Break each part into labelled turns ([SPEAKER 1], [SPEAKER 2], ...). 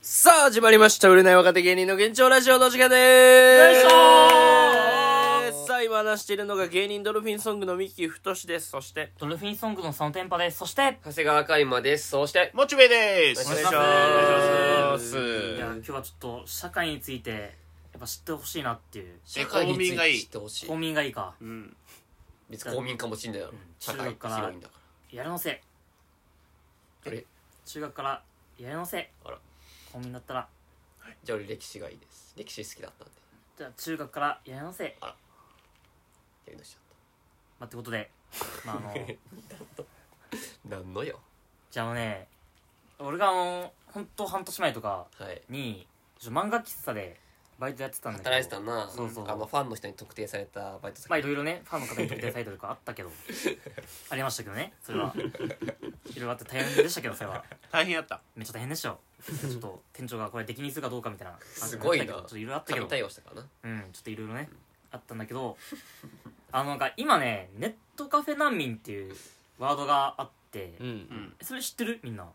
[SPEAKER 1] さあ、始まりました。売れない若手芸人の現状ラジオの時間でーす
[SPEAKER 2] よいしょー
[SPEAKER 1] さあ、今話しているのが芸人ドルフィンソングの三木太志です。そして、
[SPEAKER 2] ドルフィンソングのそのテンパです。そして、
[SPEAKER 3] 長谷川海馬です。そして、
[SPEAKER 4] モチベです
[SPEAKER 1] お願いし
[SPEAKER 2] お願
[SPEAKER 1] ま
[SPEAKER 3] いしますす。
[SPEAKER 2] いや今日はちょっと社会についてやっぱ知ってほしいなっていう
[SPEAKER 4] え公民がいい
[SPEAKER 3] 知ってほしい
[SPEAKER 2] 公。民がいいか
[SPEAKER 4] うん
[SPEAKER 3] 別に公民かもしんないだろ。社
[SPEAKER 2] 中
[SPEAKER 3] 会
[SPEAKER 2] 学か
[SPEAKER 3] 広
[SPEAKER 2] ら
[SPEAKER 3] いんだか
[SPEAKER 2] やり直せ
[SPEAKER 3] ら。あれ
[SPEAKER 2] 中学からやり直せ
[SPEAKER 3] あら
[SPEAKER 2] 公民だったら
[SPEAKER 3] じゃあ俺歴史がいいです。歴史好きだったんで。
[SPEAKER 2] じゃあ中学からやり直せ
[SPEAKER 3] やり直しちゃ
[SPEAKER 2] まあってことでまあ あの
[SPEAKER 3] った。なんのよ。
[SPEAKER 2] じゃああのね俺があの本当半年前とか
[SPEAKER 3] はい。
[SPEAKER 2] にちょっと漫画喫茶でバイトやってたんだけど
[SPEAKER 3] 働いてたな。
[SPEAKER 2] そうそう
[SPEAKER 3] あの、ファンの人に特定されたバイト先。
[SPEAKER 2] まあいろいろねファンの方に特定サイトとかあったけ どありましたけどねそれはいろいろあって大変でしたけどそれは
[SPEAKER 4] 大変やった
[SPEAKER 2] めっちゃ大変でしょちょっと店長がこれ出禁にするかどうかみたいな
[SPEAKER 3] すごいな
[SPEAKER 2] ちょっといろいろあったけ
[SPEAKER 3] 神
[SPEAKER 2] ど
[SPEAKER 3] 対応したからな。
[SPEAKER 2] うんちょっといろいろねあったんだけどあのなんか今ねネットカフェ難民っていうワードがあって、
[SPEAKER 1] うん。
[SPEAKER 2] それ知ってるみんな
[SPEAKER 5] ね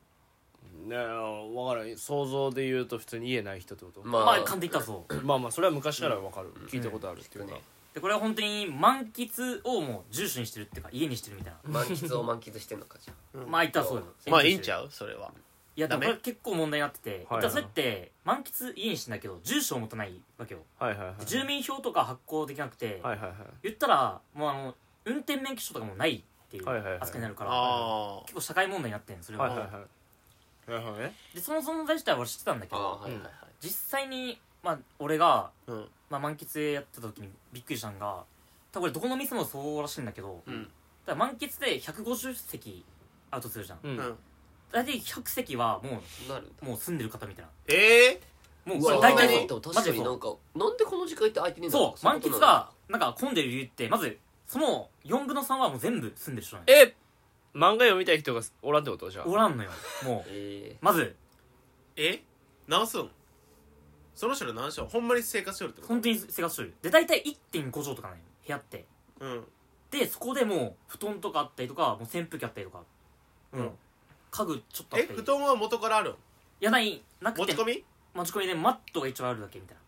[SPEAKER 5] え分からん想像で言うと普通に家ない人ってこと、
[SPEAKER 3] ま
[SPEAKER 2] ま
[SPEAKER 3] あ、
[SPEAKER 2] あ勘で言ったらそう
[SPEAKER 5] まあまあそれは昔から分かる、聞いたことあるっていう
[SPEAKER 3] ね
[SPEAKER 5] か、
[SPEAKER 2] でこれは本当に満喫をもう住所にしてるっていうか家にしてるみたい
[SPEAKER 3] 満喫を満喫してんのか、じゃあ。
[SPEAKER 2] なまあ言ったらそうよ
[SPEAKER 4] まあいいんち
[SPEAKER 2] う
[SPEAKER 4] ゃうそれはい
[SPEAKER 2] やでもこ
[SPEAKER 4] ダメ
[SPEAKER 2] れ結構問題になってて、
[SPEAKER 5] はい
[SPEAKER 2] 言ったらそれって満喫家にしてんだけど住所を持たないわけよ
[SPEAKER 5] はいはいはい
[SPEAKER 2] で住民票とか発行できなくて、
[SPEAKER 5] はいはいはい
[SPEAKER 2] 言ったらもうあの運転免許証とかもないっていう
[SPEAKER 5] はいはいはい
[SPEAKER 2] 扱いになるから、
[SPEAKER 4] あ
[SPEAKER 2] 結構社会問題になってんのそれは、
[SPEAKER 5] はいはいはい
[SPEAKER 4] あなるほどね
[SPEAKER 2] でその存在自体は俺知ってたんだけ
[SPEAKER 3] ああ、
[SPEAKER 2] ど
[SPEAKER 3] はいはいはい。
[SPEAKER 2] 実際に、まあ、俺が、
[SPEAKER 4] うん
[SPEAKER 2] まあ、満喫でやってた時にびっくりしたのが多分これどこの店もそうらしいんだけど、
[SPEAKER 4] うん
[SPEAKER 2] だから満喫で150席アウトするじゃん、
[SPEAKER 5] うん
[SPEAKER 4] うん
[SPEAKER 2] 大体100席はも
[SPEAKER 3] なるんだ
[SPEAKER 2] うもう住んでる方みたい
[SPEAKER 4] ええ
[SPEAKER 2] なもう
[SPEAKER 3] う
[SPEAKER 2] こ
[SPEAKER 3] わ
[SPEAKER 2] れ
[SPEAKER 3] 大
[SPEAKER 2] 大
[SPEAKER 3] 体
[SPEAKER 2] 体
[SPEAKER 3] ねで
[SPEAKER 2] そう
[SPEAKER 3] も確か
[SPEAKER 2] マ
[SPEAKER 3] に
[SPEAKER 2] ジで
[SPEAKER 3] な
[SPEAKER 2] そ
[SPEAKER 3] ん
[SPEAKER 2] う
[SPEAKER 3] かなんでこの時間って空いてねえんだろ
[SPEAKER 2] そう満
[SPEAKER 3] いこ
[SPEAKER 2] 喫
[SPEAKER 3] となん
[SPEAKER 2] が
[SPEAKER 3] だ
[SPEAKER 2] なんか混んでる理由ってまずその4分の3はもう全部住んでる人なんよ
[SPEAKER 5] え漫画読みたい人がおらんってことじゃあ
[SPEAKER 2] おらんのよもう
[SPEAKER 3] え
[SPEAKER 2] まず
[SPEAKER 4] え直すんその人ら何しようほんまに生活しよるってこと
[SPEAKER 2] 本当に生活してるで大体1.5畳とかなんよ部屋って
[SPEAKER 4] うん
[SPEAKER 2] でそこでもう布団とかあったりとかもう扇風機あったりとか
[SPEAKER 4] うん
[SPEAKER 2] もう家具ちょっとあっ
[SPEAKER 4] え
[SPEAKER 2] たり
[SPEAKER 4] 布団は元からあるん
[SPEAKER 2] いやないなく
[SPEAKER 4] 持
[SPEAKER 2] て
[SPEAKER 4] ち込み
[SPEAKER 2] 持ち込みでマットが一応あるだけみたいな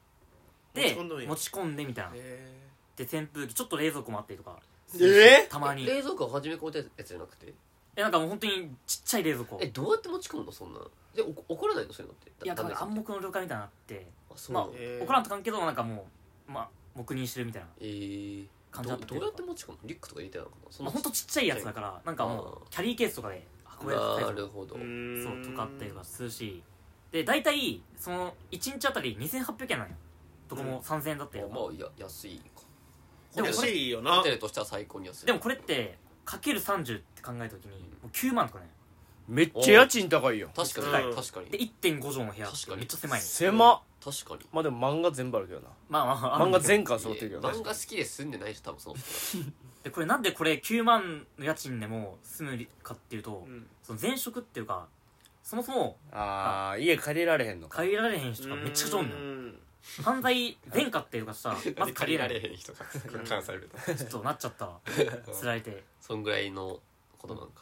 [SPEAKER 4] 持ち込んどん
[SPEAKER 2] で
[SPEAKER 4] や
[SPEAKER 2] 持ち込んでみたいな
[SPEAKER 4] え
[SPEAKER 2] で扇風機ちょっと冷蔵庫もあったりとか
[SPEAKER 4] え
[SPEAKER 2] たまに
[SPEAKER 3] 冷蔵庫は初めこうやったやつじゃなくて
[SPEAKER 2] えなんかもう本当にちっちゃい冷蔵庫
[SPEAKER 3] えどうやって持ち込むのそんなでお怒らないのそういうのって
[SPEAKER 2] いや多
[SPEAKER 3] 旦那
[SPEAKER 2] 分
[SPEAKER 3] さん
[SPEAKER 2] 暗黙の了解みたいなのあって
[SPEAKER 3] あそう
[SPEAKER 2] ま
[SPEAKER 3] な
[SPEAKER 2] あ
[SPEAKER 3] の
[SPEAKER 4] えー
[SPEAKER 2] 怒らんとかんけどなんかもうまあ黙認してるみたいな
[SPEAKER 3] えー
[SPEAKER 2] 感じだった
[SPEAKER 3] どどうやって持ち込むのリュックとか入れてなのかなそん
[SPEAKER 2] まあ、
[SPEAKER 3] な
[SPEAKER 2] ほんとちっちゃいやつだからなんかも
[SPEAKER 3] あ
[SPEAKER 2] うキャリーケースとかで運べるタイ
[SPEAKER 3] な
[SPEAKER 2] プ
[SPEAKER 3] るほど
[SPEAKER 2] そうとかあったりとかするしで大体その1日あたり2800円なんよどこも3000円だったりとか、
[SPEAKER 3] まあや安いか
[SPEAKER 2] でもこ
[SPEAKER 4] 欲
[SPEAKER 2] れ
[SPEAKER 4] しいよ
[SPEAKER 3] ホ
[SPEAKER 4] な
[SPEAKER 3] テルとしては最高に安い
[SPEAKER 2] でもこれってかける30って考えた時にもう9万とかね
[SPEAKER 5] めっちゃ家賃高いよ
[SPEAKER 3] 確かに
[SPEAKER 4] うん
[SPEAKER 3] 確かに
[SPEAKER 2] で1.5畳の部屋って
[SPEAKER 3] 確かに
[SPEAKER 2] めっちゃ狭いの
[SPEAKER 5] 狭っ
[SPEAKER 3] 確かに
[SPEAKER 5] まあでも漫画全部あるけどな
[SPEAKER 2] まあまああ
[SPEAKER 5] 漫
[SPEAKER 2] の
[SPEAKER 5] 画全巻揃ってるけどね
[SPEAKER 3] 漫画好きで住んでない人多分その人
[SPEAKER 2] でこれなんでこれ9万の家賃でも住むかっていうと、
[SPEAKER 4] うん
[SPEAKER 2] その前職っていうかそもそも
[SPEAKER 5] ああ家借りられへんのか
[SPEAKER 2] 借りられへん人がめっちゃくちゃおんのよ
[SPEAKER 4] うん
[SPEAKER 2] 犯罪前科っていうかさ まず借りられへん
[SPEAKER 3] へん人が
[SPEAKER 4] ん
[SPEAKER 3] 関西弁だ
[SPEAKER 2] ちょっとなっちゃったわつられてだか
[SPEAKER 3] そんぐらいのことなんか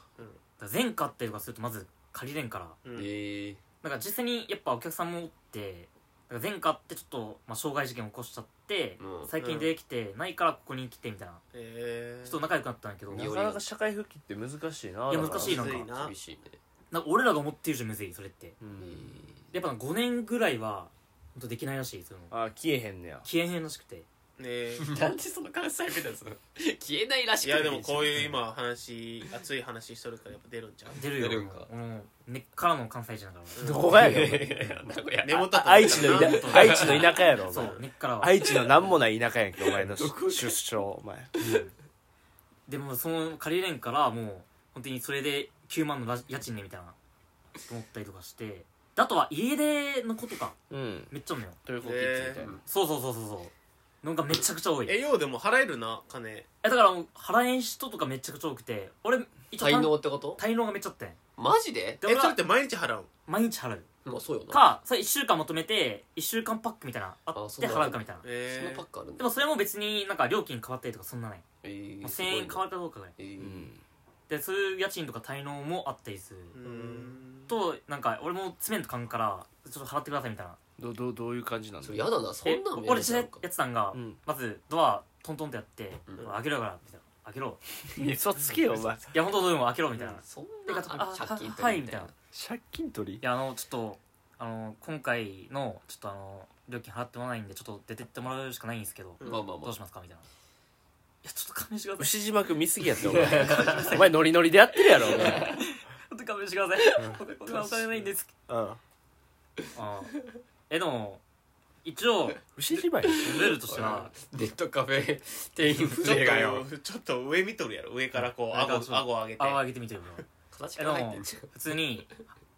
[SPEAKER 2] ら前科っていうかするとまず借りれんから
[SPEAKER 4] うん
[SPEAKER 3] ええ
[SPEAKER 2] なんか実際にやっぱお客さんもおってなんか前科ってちょっと、まあ、傷害事件起こしちゃって、
[SPEAKER 3] うん
[SPEAKER 2] 最近出てきてないからここに来てみたいな
[SPEAKER 4] ええ
[SPEAKER 2] 人と仲良くなったんだけど、
[SPEAKER 3] うん
[SPEAKER 2] な
[SPEAKER 5] なん
[SPEAKER 2] か
[SPEAKER 5] かなか社会復帰って難しいない
[SPEAKER 2] いや難しいな
[SPEAKER 4] むずいな
[SPEAKER 3] 厳しいね
[SPEAKER 2] 俺らが思ってる以上にむずいそれって
[SPEAKER 5] う
[SPEAKER 3] え
[SPEAKER 5] ん
[SPEAKER 2] やっぱ5年ぐらいはほんとできないらしいその
[SPEAKER 5] ああ消えへんねや
[SPEAKER 2] 消えへんらしくて
[SPEAKER 4] え
[SPEAKER 3] ーなんでその関西弁だよその消えないらし
[SPEAKER 4] い
[SPEAKER 3] く
[SPEAKER 4] やでもこう
[SPEAKER 3] う
[SPEAKER 4] いう今話熱い話しとるからやっぱ出るんちゃう
[SPEAKER 2] 出るよ
[SPEAKER 3] 出るんか
[SPEAKER 2] 俺も根っからの関西人だから
[SPEAKER 4] うん
[SPEAKER 5] どこがやねん
[SPEAKER 3] 名古屋
[SPEAKER 4] 根元だと思う
[SPEAKER 5] 愛知の田愛知の田舎やろお
[SPEAKER 2] そ
[SPEAKER 5] 前
[SPEAKER 2] う根っからは
[SPEAKER 5] 愛知のなんもない田舎やんけお前の出生お前
[SPEAKER 2] でもその借りれんからもう本当にそれで9万のラ家賃ねみたいな思ったりとかしてであとは家出のことか
[SPEAKER 5] うん
[SPEAKER 2] めっちゃ多いのよ
[SPEAKER 5] トイコキッズみたいな
[SPEAKER 2] そうそうそうそうそうのがめちゃくちゃ多い
[SPEAKER 4] えようでも払えるな金
[SPEAKER 2] えだからもう払えん人とかめちゃくちゃ多くて俺一応
[SPEAKER 3] 才能ってこと
[SPEAKER 2] 滞納がめっちゃあってん
[SPEAKER 3] マジで
[SPEAKER 2] で
[SPEAKER 4] え
[SPEAKER 2] 俺
[SPEAKER 4] それっ
[SPEAKER 2] は
[SPEAKER 4] て毎日払う
[SPEAKER 2] 毎日払う
[SPEAKER 3] まあそうよな
[SPEAKER 2] かそれ1週間まとめて1週間パックみたいなあ
[SPEAKER 3] あ
[SPEAKER 2] っ
[SPEAKER 3] そん
[SPEAKER 2] て
[SPEAKER 3] な
[SPEAKER 2] 払うかみたいな
[SPEAKER 3] その
[SPEAKER 4] え
[SPEAKER 3] パックあるん
[SPEAKER 2] で
[SPEAKER 3] だ
[SPEAKER 2] もそれも別になんか料金変わったりとかそんなない、
[SPEAKER 3] えー
[SPEAKER 2] まあ、1000円変わるかどうかぐらい
[SPEAKER 3] えー
[SPEAKER 5] うん
[SPEAKER 2] でそういう家賃とか滞納もあったりする
[SPEAKER 4] えうん
[SPEAKER 2] となんか俺も詰めんとかんからちょっと払ってくださいみたいな
[SPEAKER 5] どどどういう感じなんだ
[SPEAKER 3] それやだなそんなん
[SPEAKER 2] え
[SPEAKER 3] 見え
[SPEAKER 2] 俺
[SPEAKER 3] る
[SPEAKER 2] して
[SPEAKER 3] なん
[SPEAKER 2] や
[SPEAKER 3] か
[SPEAKER 2] つたんが、
[SPEAKER 5] うん
[SPEAKER 2] まずドアトントンってやって「
[SPEAKER 3] うん
[SPEAKER 2] 開けろよから」みたいな「開けろ」
[SPEAKER 5] 嘘つけよお前
[SPEAKER 2] いや本当どうも開けろみたいな、
[SPEAKER 3] そん
[SPEAKER 2] でか
[SPEAKER 3] な
[SPEAKER 2] つ
[SPEAKER 3] あ
[SPEAKER 2] あ
[SPEAKER 3] 借金
[SPEAKER 2] はいみ
[SPEAKER 3] 取るみ
[SPEAKER 2] た
[SPEAKER 3] た
[SPEAKER 2] い
[SPEAKER 3] い
[SPEAKER 2] ない
[SPEAKER 3] な
[SPEAKER 5] 借金取り
[SPEAKER 2] やあのちょっとあの今回のちょっとあの料金払ってもらわないんでちょっと出てってもらうしかないんですけど、
[SPEAKER 4] うん
[SPEAKER 3] まあまあま
[SPEAKER 2] ど
[SPEAKER 3] あ
[SPEAKER 2] うしますかみたいな「いやちょっと勘弁してください」
[SPEAKER 5] 牛島君見すぎやってお前お前ノリノリでやってるやろお前
[SPEAKER 2] 「ちょっと勘弁してください」「僕はお金ないんです
[SPEAKER 5] うん」
[SPEAKER 2] あーえでも一応ル
[SPEAKER 5] 牛島や
[SPEAKER 2] ールとしては
[SPEAKER 3] ネットカフェ店員
[SPEAKER 4] ちょ
[SPEAKER 3] 風情がよ
[SPEAKER 4] っとちょっと上見とるやろ上からこう
[SPEAKER 2] なん
[SPEAKER 4] 顎
[SPEAKER 2] かそう
[SPEAKER 4] 顎上げて
[SPEAKER 2] あ上げてみてるの
[SPEAKER 3] 形から入ってんじゃん
[SPEAKER 2] 普通に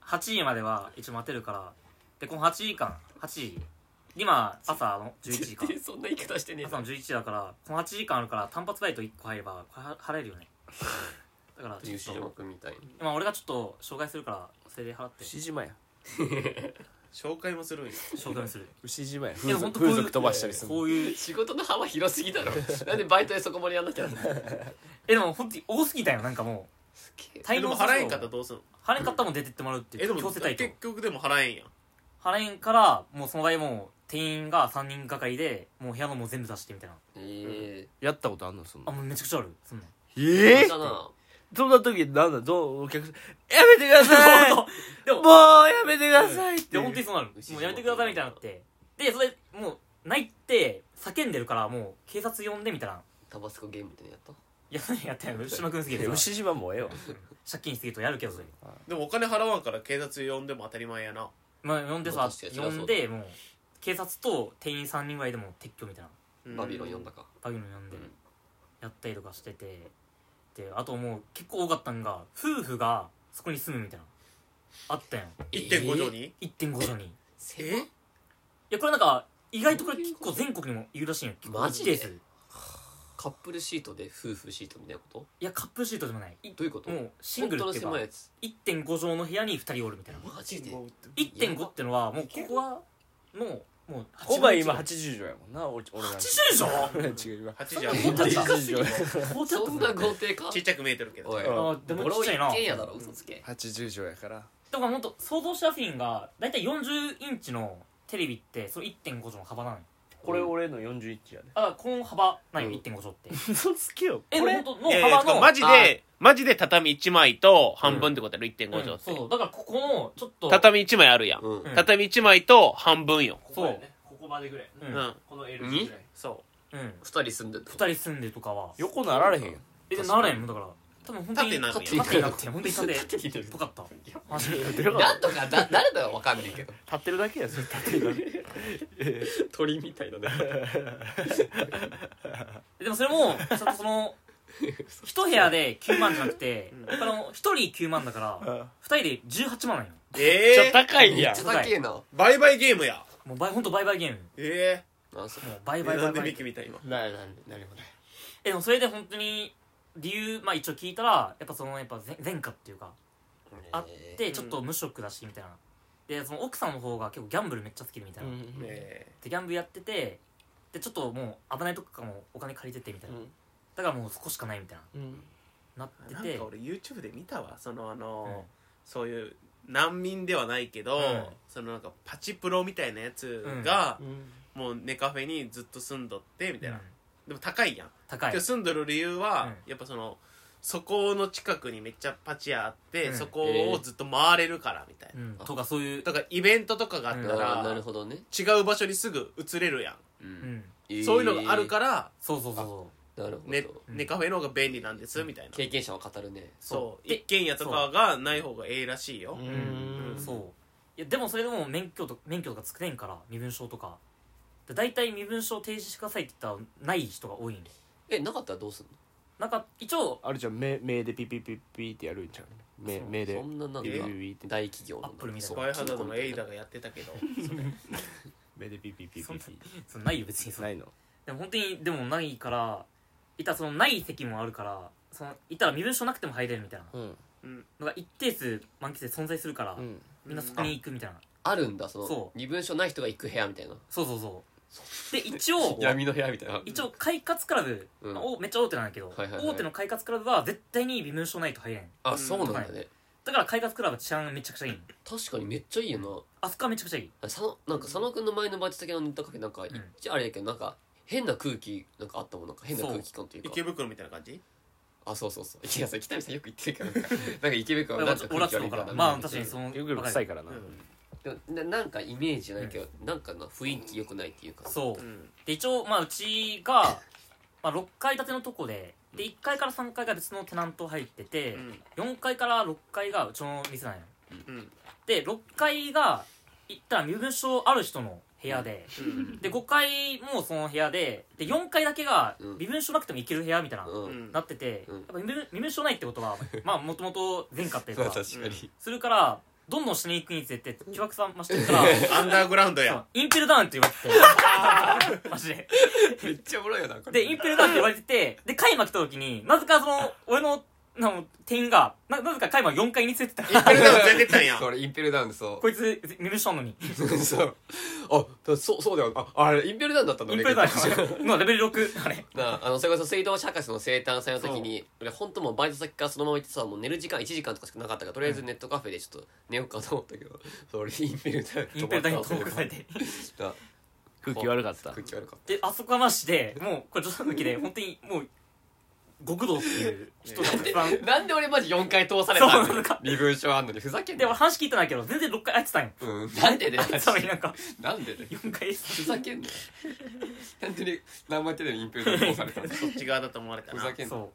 [SPEAKER 2] 8位までは一応待てるからでこの8位間8時今朝の11時
[SPEAKER 3] 絶
[SPEAKER 2] 間
[SPEAKER 3] 対そんな言い方してねえ
[SPEAKER 2] 朝
[SPEAKER 3] ぞ
[SPEAKER 2] の11時だからこの8時間あるから単発バイト1個入ればこれは払えるよねだからち
[SPEAKER 3] 牛
[SPEAKER 2] ょっ
[SPEAKER 3] 島
[SPEAKER 2] と
[SPEAKER 3] 君みたいに
[SPEAKER 2] 今俺がちょっと紹介するからそれで払って
[SPEAKER 5] 牛島や
[SPEAKER 4] 紹介もするんや
[SPEAKER 2] 紹介する
[SPEAKER 5] 牛島や風
[SPEAKER 2] やほん
[SPEAKER 5] 俗
[SPEAKER 2] とこういう
[SPEAKER 5] 風俗飛ばしたりする
[SPEAKER 2] こういう
[SPEAKER 3] 仕事の幅広すぎだろなんでバイトでそこまでやんなきゃなんない
[SPEAKER 2] えでも本当に多すぎたよなんかも
[SPEAKER 3] すげえ
[SPEAKER 2] う
[SPEAKER 4] え
[SPEAKER 2] 滞
[SPEAKER 4] で
[SPEAKER 2] 納
[SPEAKER 4] も
[SPEAKER 2] する
[SPEAKER 4] 払え
[SPEAKER 2] と
[SPEAKER 4] んかったらどうすんの
[SPEAKER 2] 払えんかったらもう出てってもらうってい
[SPEAKER 4] えで
[SPEAKER 2] う
[SPEAKER 4] も
[SPEAKER 2] 強制退去
[SPEAKER 4] 結局でも払えんやん
[SPEAKER 2] 払えんからもうその場合もう店員が3人がかりでもう部屋のもう全部出してみたいな
[SPEAKER 3] え
[SPEAKER 5] やったことあんのそん
[SPEAKER 2] あ
[SPEAKER 5] な
[SPEAKER 2] もうめちゃくちゃあるそんなん
[SPEAKER 3] え
[SPEAKER 5] ええ
[SPEAKER 3] だな
[SPEAKER 5] そんな時なんだどうお客さんやめてくだ さい
[SPEAKER 2] 本
[SPEAKER 5] も
[SPEAKER 2] 当でも
[SPEAKER 5] うやめてくださいって
[SPEAKER 2] で本当にそうなる
[SPEAKER 3] 牛島
[SPEAKER 2] もうやめてくださいみたいになってでそれもう泣いて叫んでるからもう警察呼んでみたいな
[SPEAKER 3] タバスコゲームみたいなのやった
[SPEAKER 2] いや何やってんの牛島君すぎ
[SPEAKER 5] い
[SPEAKER 2] る
[SPEAKER 5] や
[SPEAKER 2] から
[SPEAKER 5] 牛島もうええわ
[SPEAKER 2] 借金すぎるとやるけどそれ
[SPEAKER 4] でもお金払わんから警察呼んでも当たり前やな
[SPEAKER 2] まあ呼んでさ
[SPEAKER 3] 確かに
[SPEAKER 2] 呼んでもう警察と店員3人ぐらいでもう撤去みたいな
[SPEAKER 4] うん
[SPEAKER 3] バビロン呼んだか
[SPEAKER 2] バグの呼んで
[SPEAKER 3] うん
[SPEAKER 2] やったりとかしててであともう結構多かったんが夫婦がそこに住むみたいなあったやん
[SPEAKER 4] 1.5条に
[SPEAKER 2] 1.5畳にい
[SPEAKER 3] せっ
[SPEAKER 2] やこれなんか意外とこれ結構全国にもいるらしいよ結構
[SPEAKER 3] マジで
[SPEAKER 2] 一定数
[SPEAKER 3] カップルシートで夫婦シートみたいなこ
[SPEAKER 2] いやカップルシートでもないい
[SPEAKER 3] とどういうこと
[SPEAKER 2] もうシングルっ
[SPEAKER 3] 本
[SPEAKER 2] て
[SPEAKER 3] 当
[SPEAKER 2] いう
[SPEAKER 3] の
[SPEAKER 2] か
[SPEAKER 3] 狭いやつ
[SPEAKER 2] 1.5畳の部屋に2人おるみたいな
[SPEAKER 3] マジで
[SPEAKER 2] 1.5ってのはもうここはもうもう
[SPEAKER 5] お前今
[SPEAKER 2] 80
[SPEAKER 5] 80畳やもんなお俺らの
[SPEAKER 2] 畳
[SPEAKER 5] 違うわ
[SPEAKER 4] 8時あ
[SPEAKER 3] そんな
[SPEAKER 4] る
[SPEAKER 3] でかすぎ
[SPEAKER 5] 80
[SPEAKER 3] る
[SPEAKER 5] 畳
[SPEAKER 2] こうちょっ
[SPEAKER 3] そ
[SPEAKER 2] と
[SPEAKER 3] んな豪邸か
[SPEAKER 4] ちっちゃく見えてるけど
[SPEAKER 3] おい
[SPEAKER 5] うん
[SPEAKER 2] あで
[SPEAKER 3] ボ
[SPEAKER 2] もち
[SPEAKER 3] ロ
[SPEAKER 2] っ
[SPEAKER 3] 一
[SPEAKER 2] ちゃいな
[SPEAKER 3] 軒家だろ嘘つけ
[SPEAKER 5] 80畳やから
[SPEAKER 2] だからもっと想像したフィンが大体40インチのテレビってその1.5畳の幅なのよ
[SPEAKER 5] これ俺の41やで
[SPEAKER 2] あこの幅ないよ、
[SPEAKER 3] うん
[SPEAKER 2] 1.5畳って
[SPEAKER 5] 嘘つけよ
[SPEAKER 2] え
[SPEAKER 5] これ
[SPEAKER 2] 本当の
[SPEAKER 4] いやいや
[SPEAKER 2] 幅の
[SPEAKER 4] マジ
[SPEAKER 3] あー
[SPEAKER 4] でマジで畳1枚と半分ってことやろ1.5畳
[SPEAKER 2] う
[SPEAKER 4] っ
[SPEAKER 2] ん
[SPEAKER 4] て
[SPEAKER 2] そうだからここのちょっと
[SPEAKER 4] 畳1枚あるやん
[SPEAKER 3] うん
[SPEAKER 2] うん
[SPEAKER 4] 畳1枚と半分よ
[SPEAKER 5] こ
[SPEAKER 2] こや
[SPEAKER 5] ここまでぐらい
[SPEAKER 2] うん、
[SPEAKER 4] う
[SPEAKER 2] うん
[SPEAKER 5] この L
[SPEAKER 3] 字ぐら
[SPEAKER 4] そ
[SPEAKER 2] うん、
[SPEAKER 3] 二人住んでる
[SPEAKER 2] 2人住んでとかは
[SPEAKER 5] 横なられへんよ
[SPEAKER 2] えならへんもんだから多分本当に
[SPEAKER 4] 縦なの
[SPEAKER 2] 縦になって本当に縦
[SPEAKER 3] 縦になる
[SPEAKER 2] ぽかったマジで
[SPEAKER 3] なんとかだ誰だかわかんないけど
[SPEAKER 5] 立ってるだけやそれ立ってるだけ
[SPEAKER 3] 鳥みたいだね
[SPEAKER 2] でもそれもちゃんとその一部屋で9万じゃなくて、あの一人9万だから二人で18万なんよ
[SPEAKER 4] う
[SPEAKER 5] ち
[SPEAKER 4] え
[SPEAKER 5] ょ高い
[SPEAKER 3] め
[SPEAKER 5] や
[SPEAKER 3] っ
[SPEAKER 5] ん
[SPEAKER 3] ちゃ高えな
[SPEAKER 4] バイバイゲームや
[SPEAKER 2] もう倍本当倍々ゲーム
[SPEAKER 4] え
[SPEAKER 3] あそう
[SPEAKER 2] もう倍
[SPEAKER 4] え
[SPEAKER 2] 々
[SPEAKER 4] な
[SPEAKER 2] 倍
[SPEAKER 4] んで
[SPEAKER 2] 々
[SPEAKER 4] ミキみたい今
[SPEAKER 3] なななにもない
[SPEAKER 2] えでもそれで本当に理由まあ一応聞いたらやっぱそのやっぱ前前科っていうかあっ
[SPEAKER 3] えー
[SPEAKER 2] てちょっと無職だしみたいなでその奥さんの方が結構ギャンブルめっちゃ好きでみたいな、
[SPEAKER 4] え
[SPEAKER 2] でギャンブルやっててでちょっともう危ないとこからもお金借りててみたいな、
[SPEAKER 5] うん
[SPEAKER 2] だからもうそこしかないみたいななっ
[SPEAKER 4] ー
[SPEAKER 2] て
[SPEAKER 4] なん
[SPEAKER 2] て
[SPEAKER 4] か俺 YouTube で見たわそのあ
[SPEAKER 2] うん
[SPEAKER 4] のそういう難民ではないけど
[SPEAKER 2] うん
[SPEAKER 4] そのなんかパチプロみたいなやつが
[SPEAKER 5] うん
[SPEAKER 4] もうネカフェにずっと住んどってみたいな
[SPEAKER 2] うん
[SPEAKER 4] でも高いやん
[SPEAKER 2] 高い
[SPEAKER 4] 今日住んどる理由は、やっぱそのそこの近くにめっちゃパチ屋あって、
[SPEAKER 2] うん
[SPEAKER 4] そこをずっと回れるからみたいな、
[SPEAKER 2] うん、とかそういう
[SPEAKER 4] だからイベントとかがあった
[SPEAKER 3] あー
[SPEAKER 4] ら、
[SPEAKER 3] なるほどね
[SPEAKER 4] 違う場所にすぐ移れるやん、
[SPEAKER 2] う
[SPEAKER 3] う
[SPEAKER 2] んん
[SPEAKER 4] そういうのがある
[SPEAKER 3] ら
[SPEAKER 4] から
[SPEAKER 2] そうそうそうそう
[SPEAKER 3] なるほ
[SPEAKER 4] ネ,、
[SPEAKER 3] ど
[SPEAKER 2] うん
[SPEAKER 4] ネカフェの方が便利なんです、みたいな
[SPEAKER 3] 経験者は語るね
[SPEAKER 4] そう
[SPEAKER 2] で
[SPEAKER 4] 一軒家とかがない方がええらしいよ、
[SPEAKER 5] う
[SPEAKER 4] うん
[SPEAKER 5] ん
[SPEAKER 2] そういやでもそれでも免許と免許とか作れんから身分証とかで大体身分証提示してくださいって言ったらない人が多いんで
[SPEAKER 3] えなかったらどうすんの
[SPEAKER 2] なんか一応
[SPEAKER 5] あれじゃん目目でピピピピってやるんちゃう目
[SPEAKER 2] そう
[SPEAKER 5] 目で
[SPEAKER 3] そんななん
[SPEAKER 5] ビ
[SPEAKER 3] だ
[SPEAKER 5] ビビビって
[SPEAKER 3] 大企業の
[SPEAKER 2] アップルみたいな
[SPEAKER 4] バイハザードのエイダ
[SPEAKER 3] が
[SPEAKER 4] がやってたけど
[SPEAKER 5] 目でピピピピ
[SPEAKER 2] そんな
[SPEAKER 5] ピ
[SPEAKER 2] そのないよ別にその
[SPEAKER 5] ないの
[SPEAKER 2] でも本当にでもないからいたそのない席もあるからそのいたら身分証なくても入れるみたいな
[SPEAKER 5] うん
[SPEAKER 2] のが一定数満喫で存在するから、
[SPEAKER 5] うん
[SPEAKER 2] みんなそこに行くみたいな
[SPEAKER 3] あるんだその
[SPEAKER 2] そう
[SPEAKER 3] 身分証ない人が行く部屋みたいな
[SPEAKER 2] そうそうそうで一応
[SPEAKER 3] 闇の部屋みたいな
[SPEAKER 2] 一応快活クラブ、
[SPEAKER 3] うん
[SPEAKER 2] おめっちゃ大手なんだけど、
[SPEAKER 3] はいはいはい
[SPEAKER 2] 大手の快活クラブは絶対に身分証ないと入れん
[SPEAKER 3] あそうなんだ
[SPEAKER 2] は
[SPEAKER 3] ね
[SPEAKER 2] だから快活クラブは治安めちゃくちゃいいの
[SPEAKER 3] 確かにめっちゃいいよな
[SPEAKER 2] あそこはめちゃくちゃいい
[SPEAKER 3] 佐野なんか佐野くんの前のバチタケのネタカフェなん
[SPEAKER 2] ん
[SPEAKER 3] か、一応あれやけどなんか変な空気なんかあったもんなんか変な空気感というか
[SPEAKER 4] 池袋みたいな感じ
[SPEAKER 3] あそうそうそういやそれ北見さんよく言ってるけどなんかなんか池袋はなんか
[SPEAKER 2] 俺
[SPEAKER 3] 空
[SPEAKER 2] は
[SPEAKER 3] 気
[SPEAKER 2] つ
[SPEAKER 3] 悪
[SPEAKER 2] のか
[SPEAKER 3] いから
[SPEAKER 2] らまあ確かにその
[SPEAKER 5] よくよく
[SPEAKER 2] わか
[SPEAKER 5] 臭
[SPEAKER 2] る
[SPEAKER 5] いからな、
[SPEAKER 3] でもななんかイメージじゃないけど、なんかな雰囲気良くないっていうか
[SPEAKER 2] そううんで一応まあうちが、まあ、6階建てのとこでで1階から3階が別のテナント入ってて、
[SPEAKER 4] うん
[SPEAKER 2] 4階から6階がうちの店なんよ
[SPEAKER 4] うん
[SPEAKER 2] で6階が行ったら身分証ある人の部屋で、
[SPEAKER 4] うん
[SPEAKER 2] で5階もその部屋でで4階だけが
[SPEAKER 3] うん
[SPEAKER 2] 身分証なくても行ける部屋みたいな、
[SPEAKER 3] うん、
[SPEAKER 4] うん
[SPEAKER 2] なってて、
[SPEAKER 3] うん
[SPEAKER 2] やっぱ身分身分証ないってことはまあもともと前科っていう
[SPEAKER 3] まあ
[SPEAKER 2] か
[SPEAKER 3] 確かに、
[SPEAKER 2] するからどんどん下に行くにつれて巨悪さ増してるから
[SPEAKER 4] アンダーグラウンド
[SPEAKER 2] そう
[SPEAKER 4] や
[SPEAKER 2] インペルダウンって言われててマジで
[SPEAKER 3] めっちゃおもろいよなこれ
[SPEAKER 2] でインペルダウンって言われててで開幕来た時になぜかその俺のなの店員がななぜか開幕4階に連れてった
[SPEAKER 4] インペルダウン全然出てたんや
[SPEAKER 3] そう俺インペルダウンでそ
[SPEAKER 2] こいつ身分証あんのに
[SPEAKER 3] う そうあだそうそうだよああれインペルダウンだったんだ
[SPEAKER 2] イン
[SPEAKER 3] 俺
[SPEAKER 2] ペルダウンのレベル6あれ
[SPEAKER 3] なああのそれこそ水道橋博士の生誕祭の時に俺本当もうバイト先からそのまま行ってさもう寝る時間1時間とかしかなかったからとりあえずネットカフェでちょっと寝ようかと思ったけどそう俺インペルダウン
[SPEAKER 2] インペルダウンに
[SPEAKER 3] 止ま
[SPEAKER 2] 登録
[SPEAKER 3] った
[SPEAKER 2] されて
[SPEAKER 3] な
[SPEAKER 5] 空気悪かった
[SPEAKER 3] 空気悪かっ
[SPEAKER 2] であそこはマジでもうこれ女子抜きで本当にもう極道っていう人がたくさん
[SPEAKER 3] た なんで俺マジ4回通され
[SPEAKER 2] そう
[SPEAKER 3] た
[SPEAKER 2] な
[SPEAKER 3] の
[SPEAKER 2] んか
[SPEAKER 3] 身分証あんのにふざけん
[SPEAKER 2] で
[SPEAKER 3] な
[SPEAKER 2] 俺話聞いたんだけど全然6回空いてたんよ
[SPEAKER 3] うんなん でね
[SPEAKER 2] あいつはなんか
[SPEAKER 3] なんでね
[SPEAKER 2] 4回
[SPEAKER 3] ふざけんなよなんでね何枚手でもインペルダウン通されたの
[SPEAKER 4] そっち側だと思われた
[SPEAKER 3] ふ
[SPEAKER 4] な
[SPEAKER 3] ざけんな
[SPEAKER 2] そう
[SPEAKER 3] よ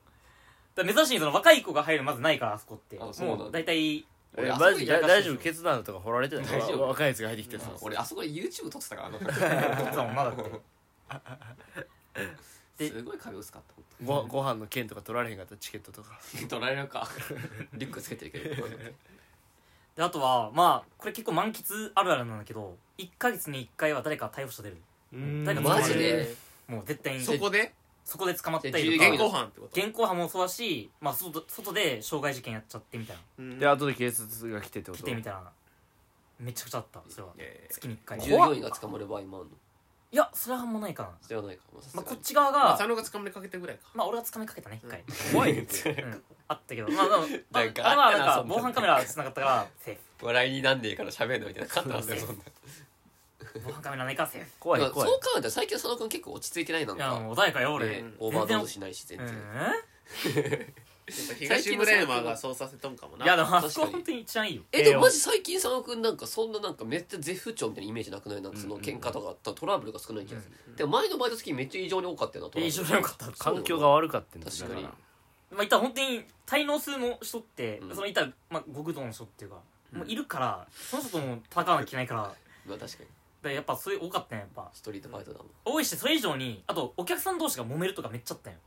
[SPEAKER 2] だから珍しいその若い子が入るまずないからあそこって
[SPEAKER 3] あそうなんだ
[SPEAKER 2] もう大体
[SPEAKER 5] 俺
[SPEAKER 3] 俺あそこ
[SPEAKER 5] マジ
[SPEAKER 3] に
[SPEAKER 5] だ
[SPEAKER 3] やらか
[SPEAKER 5] 大
[SPEAKER 3] して
[SPEAKER 5] 丈
[SPEAKER 3] る
[SPEAKER 5] 夫ケツダンとか掘られてた
[SPEAKER 3] 大丈夫
[SPEAKER 5] わ若いやつが入ってきてさ
[SPEAKER 3] 俺あそこで YouTube 撮ってたからあの
[SPEAKER 2] 撮ってたもんなだって です
[SPEAKER 3] ごい壁薄かった本当
[SPEAKER 5] ごご飯の券とか取られへんかったチケットとか
[SPEAKER 3] 取られるかリュックつけてるけど
[SPEAKER 2] であとはまあこれ結構満喫あるあるなんだけど1ヶ月に1回は誰か逮捕者出る誰 か捕ま
[SPEAKER 3] マ
[SPEAKER 2] る
[SPEAKER 3] ジで
[SPEAKER 2] もう絶対に
[SPEAKER 4] そこで
[SPEAKER 2] そこで捕まった
[SPEAKER 3] で
[SPEAKER 2] りと
[SPEAKER 4] 現
[SPEAKER 2] か
[SPEAKER 4] 行犯ってこと
[SPEAKER 2] 現行犯もそうだし、まあ、外外で傷害事件やっちゃってみたいな
[SPEAKER 4] うん
[SPEAKER 5] で後で警察が来てってこと
[SPEAKER 2] 来てみたいなめちゃくちゃあったそれは
[SPEAKER 3] えー
[SPEAKER 2] 月に1回
[SPEAKER 3] 従業員が捕まる場合もあるの
[SPEAKER 2] いやそれはあんまないかな、
[SPEAKER 3] それはないかもさす
[SPEAKER 2] ま
[SPEAKER 3] が
[SPEAKER 2] あ、
[SPEAKER 3] に
[SPEAKER 2] こっち側
[SPEAKER 4] まあ
[SPEAKER 2] が
[SPEAKER 4] 佐野が捕まりかけてぐ らいか
[SPEAKER 2] まあ俺は掴みかけたね1回、
[SPEAKER 3] 怖いねって
[SPEAKER 2] うんあったけどまあでもああれ
[SPEAKER 3] なんかあったな
[SPEAKER 2] はなん
[SPEAKER 3] そ
[SPEAKER 2] か
[SPEAKER 3] んな
[SPEAKER 2] 防犯カメラつながったからセーフ
[SPEAKER 3] 笑いになんねえから喋んのみたいな感じなんだよそんな
[SPEAKER 2] 防犯カメラないからセーフ
[SPEAKER 5] 怖い
[SPEAKER 3] そう
[SPEAKER 5] 怖
[SPEAKER 3] 考
[SPEAKER 5] い
[SPEAKER 3] えたら最近佐野君結構落ち着いてないなん
[SPEAKER 2] いや
[SPEAKER 3] か
[SPEAKER 2] もう穏やかよ俺、
[SPEAKER 3] ね
[SPEAKER 2] 全然
[SPEAKER 3] オーバードーズしないし全
[SPEAKER 2] う
[SPEAKER 3] 然
[SPEAKER 2] ん
[SPEAKER 4] やっぱ東村山がそうさせとんかもない
[SPEAKER 2] やでもあそ
[SPEAKER 3] 確
[SPEAKER 2] こ
[SPEAKER 3] か
[SPEAKER 2] は
[SPEAKER 3] に
[SPEAKER 2] 本当に一番いいよ
[SPEAKER 3] えでもマジ最近佐野君なんかそんななんかめっちゃ絶不調みたいなイメージなくないなんかその喧嘩とかあったトラブルが少ない気がする、でも前のバイト先めっちゃ異常に多かったよなトラブル
[SPEAKER 2] え異常に多 かった
[SPEAKER 3] そう
[SPEAKER 5] 環境が悪かったんだ
[SPEAKER 3] 確か
[SPEAKER 5] だ
[SPEAKER 3] に
[SPEAKER 5] ら
[SPEAKER 2] まあいったら本当に滞納数の人って、
[SPEAKER 3] うん
[SPEAKER 2] そのいったら、まあ、極道の人っていうか、もういるからその人とも戦わなきゃいけないからだか
[SPEAKER 3] まあ確かに
[SPEAKER 2] らやっぱそういう多かったねやっぱ
[SPEAKER 3] ストリートバイトだもん
[SPEAKER 2] 多いしそれ以上にあとお客さん同士が揉めるとかめっちゃあったよ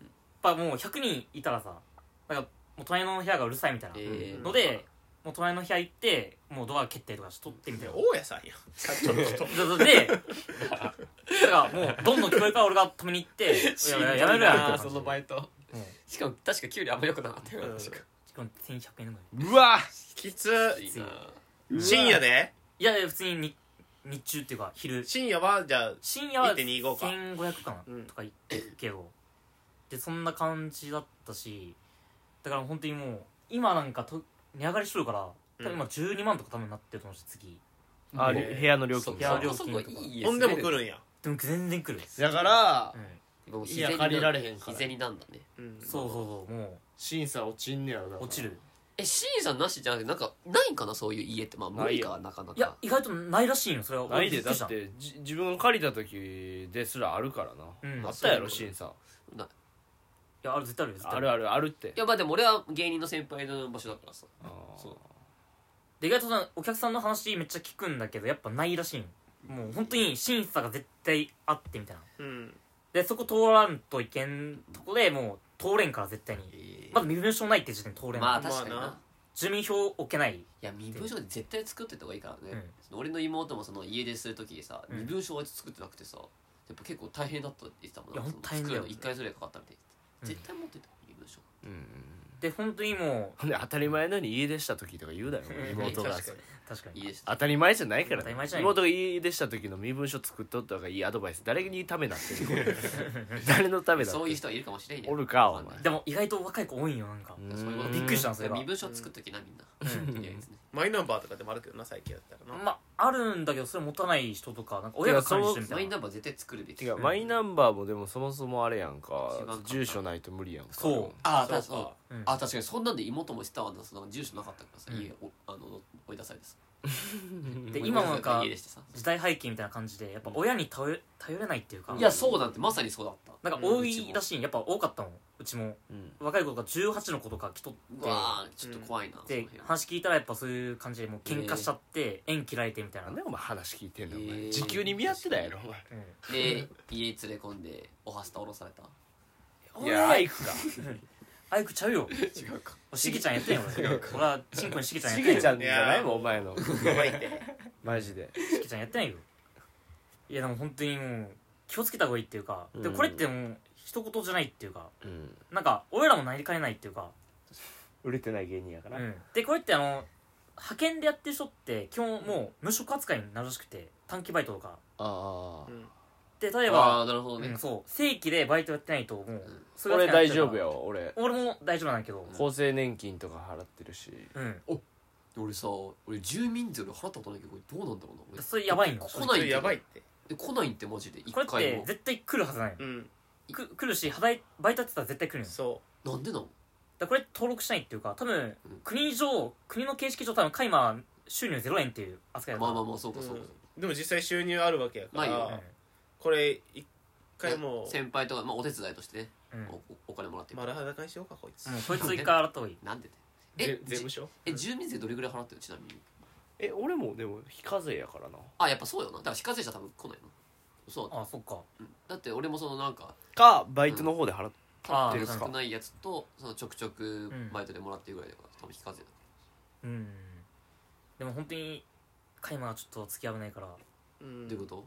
[SPEAKER 2] やっぱもう100人いたらさなんかもう隣の部屋がうるさいみたいな、
[SPEAKER 3] えー
[SPEAKER 2] のでもう隣の部屋行ってもうドア蹴ったりとかしとってみたいな
[SPEAKER 4] 大家さんや社長の人
[SPEAKER 2] ででだからもうどんどん聞こえるから俺が止めに行って「い やいややめろや」
[SPEAKER 3] そのバイト
[SPEAKER 2] うん
[SPEAKER 3] しかも確か給料あんま良くなかったよな確か
[SPEAKER 2] しかも1100円ぐらいう
[SPEAKER 5] わ
[SPEAKER 4] きつ
[SPEAKER 3] いいな
[SPEAKER 4] 深夜で
[SPEAKER 2] いやいや普通に日日中っていうか昼
[SPEAKER 4] 深夜はじゃあ
[SPEAKER 2] 深夜は
[SPEAKER 4] 1.25か
[SPEAKER 2] 1500か
[SPEAKER 4] う
[SPEAKER 2] なんとかいくけど、でそんな感じだったしだから本当にもう今なんかと値上がりしとるから多分今12万とか多分なってると思うし次
[SPEAKER 5] あ部屋の料
[SPEAKER 3] そ
[SPEAKER 5] 金
[SPEAKER 2] 部屋の
[SPEAKER 3] そ
[SPEAKER 2] 料金
[SPEAKER 3] そこいい家
[SPEAKER 4] ほんでも来るんや
[SPEAKER 2] でも全然来る、
[SPEAKER 5] だから
[SPEAKER 2] うん、
[SPEAKER 3] もう
[SPEAKER 5] いや借りられへんから
[SPEAKER 3] 自然になんだね
[SPEAKER 4] うん
[SPEAKER 2] そうそうそうも
[SPEAKER 5] 審査落ちんねやろだか
[SPEAKER 2] う
[SPEAKER 5] ら
[SPEAKER 2] 落ちる
[SPEAKER 3] えシーンさんなしじゃなくてなんかないんかなそういう家ってまあ無理かなかない
[SPEAKER 2] や
[SPEAKER 3] か
[SPEAKER 2] 意外とないらしいよそれは
[SPEAKER 5] ないで
[SPEAKER 2] 俺び
[SPEAKER 5] だ
[SPEAKER 2] くりし
[SPEAKER 5] ったてじ自分が借りた時ですらあるからな、
[SPEAKER 2] うん
[SPEAKER 5] あったやろ
[SPEAKER 3] あそう
[SPEAKER 5] 審査
[SPEAKER 2] いやある絶対あるよ絶対
[SPEAKER 5] あるあるあるって
[SPEAKER 3] いやまあでも俺は芸人の先輩の場所だからさ
[SPEAKER 5] あ
[SPEAKER 3] そう
[SPEAKER 2] で意外とさお客さんの話めっちゃ聞くんだけどやっぱないらしいよもう本当に審査が絶対あってみたいな
[SPEAKER 4] うん
[SPEAKER 2] でそこ通らんといけんとこでもう通れんから絶対にま
[SPEAKER 3] ま
[SPEAKER 2] ず身分証ないって時点で通れん、
[SPEAKER 3] まあ
[SPEAKER 4] まあ
[SPEAKER 3] 確かにな
[SPEAKER 4] ない
[SPEAKER 2] 住民票置けない
[SPEAKER 3] いや身分証で絶対作ってた方がいいからね、
[SPEAKER 2] うん
[SPEAKER 3] その俺の妹もその家出する時にさ
[SPEAKER 2] うん
[SPEAKER 3] 身分証は作ってなくてさやっぱ結構大変だったって言ってたもん
[SPEAKER 2] いや
[SPEAKER 3] な
[SPEAKER 2] ほんと大変だよ
[SPEAKER 3] 1回ずれかかったみたいな
[SPEAKER 2] うん
[SPEAKER 3] 絶対持ってた身分証
[SPEAKER 5] うん
[SPEAKER 2] で本当にも
[SPEAKER 5] ほんで当たり前のように家出した時とか言うだろ妹が
[SPEAKER 3] 確かに
[SPEAKER 2] う確か
[SPEAKER 3] い
[SPEAKER 2] に
[SPEAKER 3] いでした
[SPEAKER 5] 当たり前じゃないから
[SPEAKER 2] 当たり前じゃない
[SPEAKER 5] 妹が家出した時の身分証作っとった方がいいアドバイス誰にためなってんの 誰のためだって
[SPEAKER 3] そういう人はいるかもしれんね
[SPEAKER 5] おるかお前
[SPEAKER 2] でも意外と若い子多いんよなんか
[SPEAKER 5] うん
[SPEAKER 3] そういうこと
[SPEAKER 2] びっくりしたんそれが
[SPEAKER 3] 身分証作っときなみんなとりあえずね
[SPEAKER 4] マイナンバーとかでもあるけどな最近だったらな、
[SPEAKER 2] まああるんだけどそれ持たない人とかなんか親が管理してるみ
[SPEAKER 3] マ
[SPEAKER 2] た
[SPEAKER 3] イ
[SPEAKER 2] い
[SPEAKER 3] ナ
[SPEAKER 2] な
[SPEAKER 3] ンバー絶対作るべき
[SPEAKER 5] 違うマイナンバーもでもそもそもあれやんか
[SPEAKER 3] 違うか
[SPEAKER 5] 住所ないと無理やんか
[SPEAKER 2] そう
[SPEAKER 3] ああ
[SPEAKER 4] そうか
[SPEAKER 3] 確か
[SPEAKER 2] う
[SPEAKER 3] に
[SPEAKER 2] ん
[SPEAKER 3] あ確かにそんなんで妹もしたわなその住所なかったからさ
[SPEAKER 2] うん
[SPEAKER 3] 家おあの追い出されてさ
[SPEAKER 2] で今はなんか
[SPEAKER 3] 家出してさ
[SPEAKER 2] 時代背景みたいな感じでやっぱ親に頼れ頼れないっていうか
[SPEAKER 3] いやそうなんてまさにそうだった
[SPEAKER 2] なんか多いらしいんやっぱ多かったもんうちも
[SPEAKER 5] うん
[SPEAKER 2] 若い子が18の子とか来とっ
[SPEAKER 3] うわあちょっと怖いなその
[SPEAKER 2] てで
[SPEAKER 3] 辺
[SPEAKER 2] 話聞いたらやっぱそういう感じでもう喧嘩しちゃって縁切られてみたいな
[SPEAKER 5] なんでお前話聞いてんのお
[SPEAKER 3] え
[SPEAKER 5] 前
[SPEAKER 3] ー
[SPEAKER 5] 時給に見合ってないやろお前
[SPEAKER 2] うん
[SPEAKER 3] で家連れ込んでおはスタ降ろされた
[SPEAKER 5] いやアイ クか
[SPEAKER 2] あいくちゃうよ
[SPEAKER 3] 違うか
[SPEAKER 2] しげちゃんやってんよ俺俺はチンコにしげちゃんやっ
[SPEAKER 5] し
[SPEAKER 2] てん
[SPEAKER 5] げ
[SPEAKER 2] よ
[SPEAKER 5] ちゃんじゃないもんお前の
[SPEAKER 4] やばいって
[SPEAKER 5] マジで
[SPEAKER 2] しげちゃんやってないよいやでも本当にもう気をつけた方がいいっていうか、で
[SPEAKER 5] うん
[SPEAKER 2] これってもう一言じゃないっていうか
[SPEAKER 5] うん
[SPEAKER 2] なんか俺らもなりかねないっていうか、
[SPEAKER 5] 売れてない芸人やから
[SPEAKER 2] でこれってあの派遣でやってる人って基本もう無職扱いになるらしくて短期バイトとか
[SPEAKER 5] ああ
[SPEAKER 2] で例え
[SPEAKER 3] ああ
[SPEAKER 2] ば、
[SPEAKER 3] ーなるほど
[SPEAKER 2] う
[SPEAKER 3] ね
[SPEAKER 2] んそう正規でバイトやってないともう、
[SPEAKER 3] ん
[SPEAKER 2] そういう
[SPEAKER 5] 俺
[SPEAKER 2] 扱い
[SPEAKER 5] 大
[SPEAKER 2] になっちゃ
[SPEAKER 5] 丈
[SPEAKER 2] うか
[SPEAKER 5] 夫
[SPEAKER 2] ら
[SPEAKER 5] よ俺
[SPEAKER 2] 俺も大丈夫なんだけど
[SPEAKER 5] 厚生年金とか払ってるし
[SPEAKER 2] うん
[SPEAKER 3] 俺さ俺住民税俺払ったことないけどこれどうなんだろうな
[SPEAKER 2] それやばいよ
[SPEAKER 3] 来ないんだよ
[SPEAKER 4] やばいって
[SPEAKER 3] 俺来ないんってマジで一
[SPEAKER 2] これっ
[SPEAKER 3] 回
[SPEAKER 2] て
[SPEAKER 3] も
[SPEAKER 2] 絶対来るはずないの
[SPEAKER 4] うん
[SPEAKER 2] く来るし働いバイトやってたら絶対来るんよ
[SPEAKER 4] そ
[SPEAKER 3] なんでなの
[SPEAKER 2] だからこれ登録しないっていうか多分
[SPEAKER 3] うん
[SPEAKER 2] 国上国の形式上多分開マ収入0円っていう扱いだ
[SPEAKER 3] まあまあ
[SPEAKER 2] ま
[SPEAKER 3] まあそう
[SPEAKER 4] う、
[SPEAKER 3] かそうか
[SPEAKER 4] うん、でも実際収入あるわけやか
[SPEAKER 3] ない
[SPEAKER 4] ら、
[SPEAKER 3] よ
[SPEAKER 4] これ一回もう
[SPEAKER 3] 先輩とかまあお手伝いとしてね
[SPEAKER 2] うん、うん
[SPEAKER 3] おおお金もらってる
[SPEAKER 4] 丸裸にしようかこいつ、
[SPEAKER 2] うんこいつ一回洗った方がいい
[SPEAKER 3] なんでね
[SPEAKER 4] ぜ
[SPEAKER 3] え
[SPEAKER 4] 税務
[SPEAKER 3] じ
[SPEAKER 4] 署
[SPEAKER 3] え住民税どれぐらい払ってるちなみに
[SPEAKER 5] え俺もでも非課税やからな
[SPEAKER 3] あやっぱそうよなだから非課税者多分来ないのそうだ
[SPEAKER 2] あそっか
[SPEAKER 3] うんだって俺もそのなんか
[SPEAKER 5] かバイトの方で払っ
[SPEAKER 2] あ
[SPEAKER 5] っ
[SPEAKER 2] あ
[SPEAKER 5] て
[SPEAKER 2] ー
[SPEAKER 5] るっ
[SPEAKER 2] なん
[SPEAKER 5] す
[SPEAKER 2] か
[SPEAKER 5] か
[SPEAKER 3] 少ないやつとそのちょくちょく
[SPEAKER 2] うん
[SPEAKER 3] バイトでもらってるぐらいだから多分非課税だ
[SPEAKER 2] うんでも本当に開マはちょっと付き合わないから
[SPEAKER 4] うん
[SPEAKER 3] どういうこ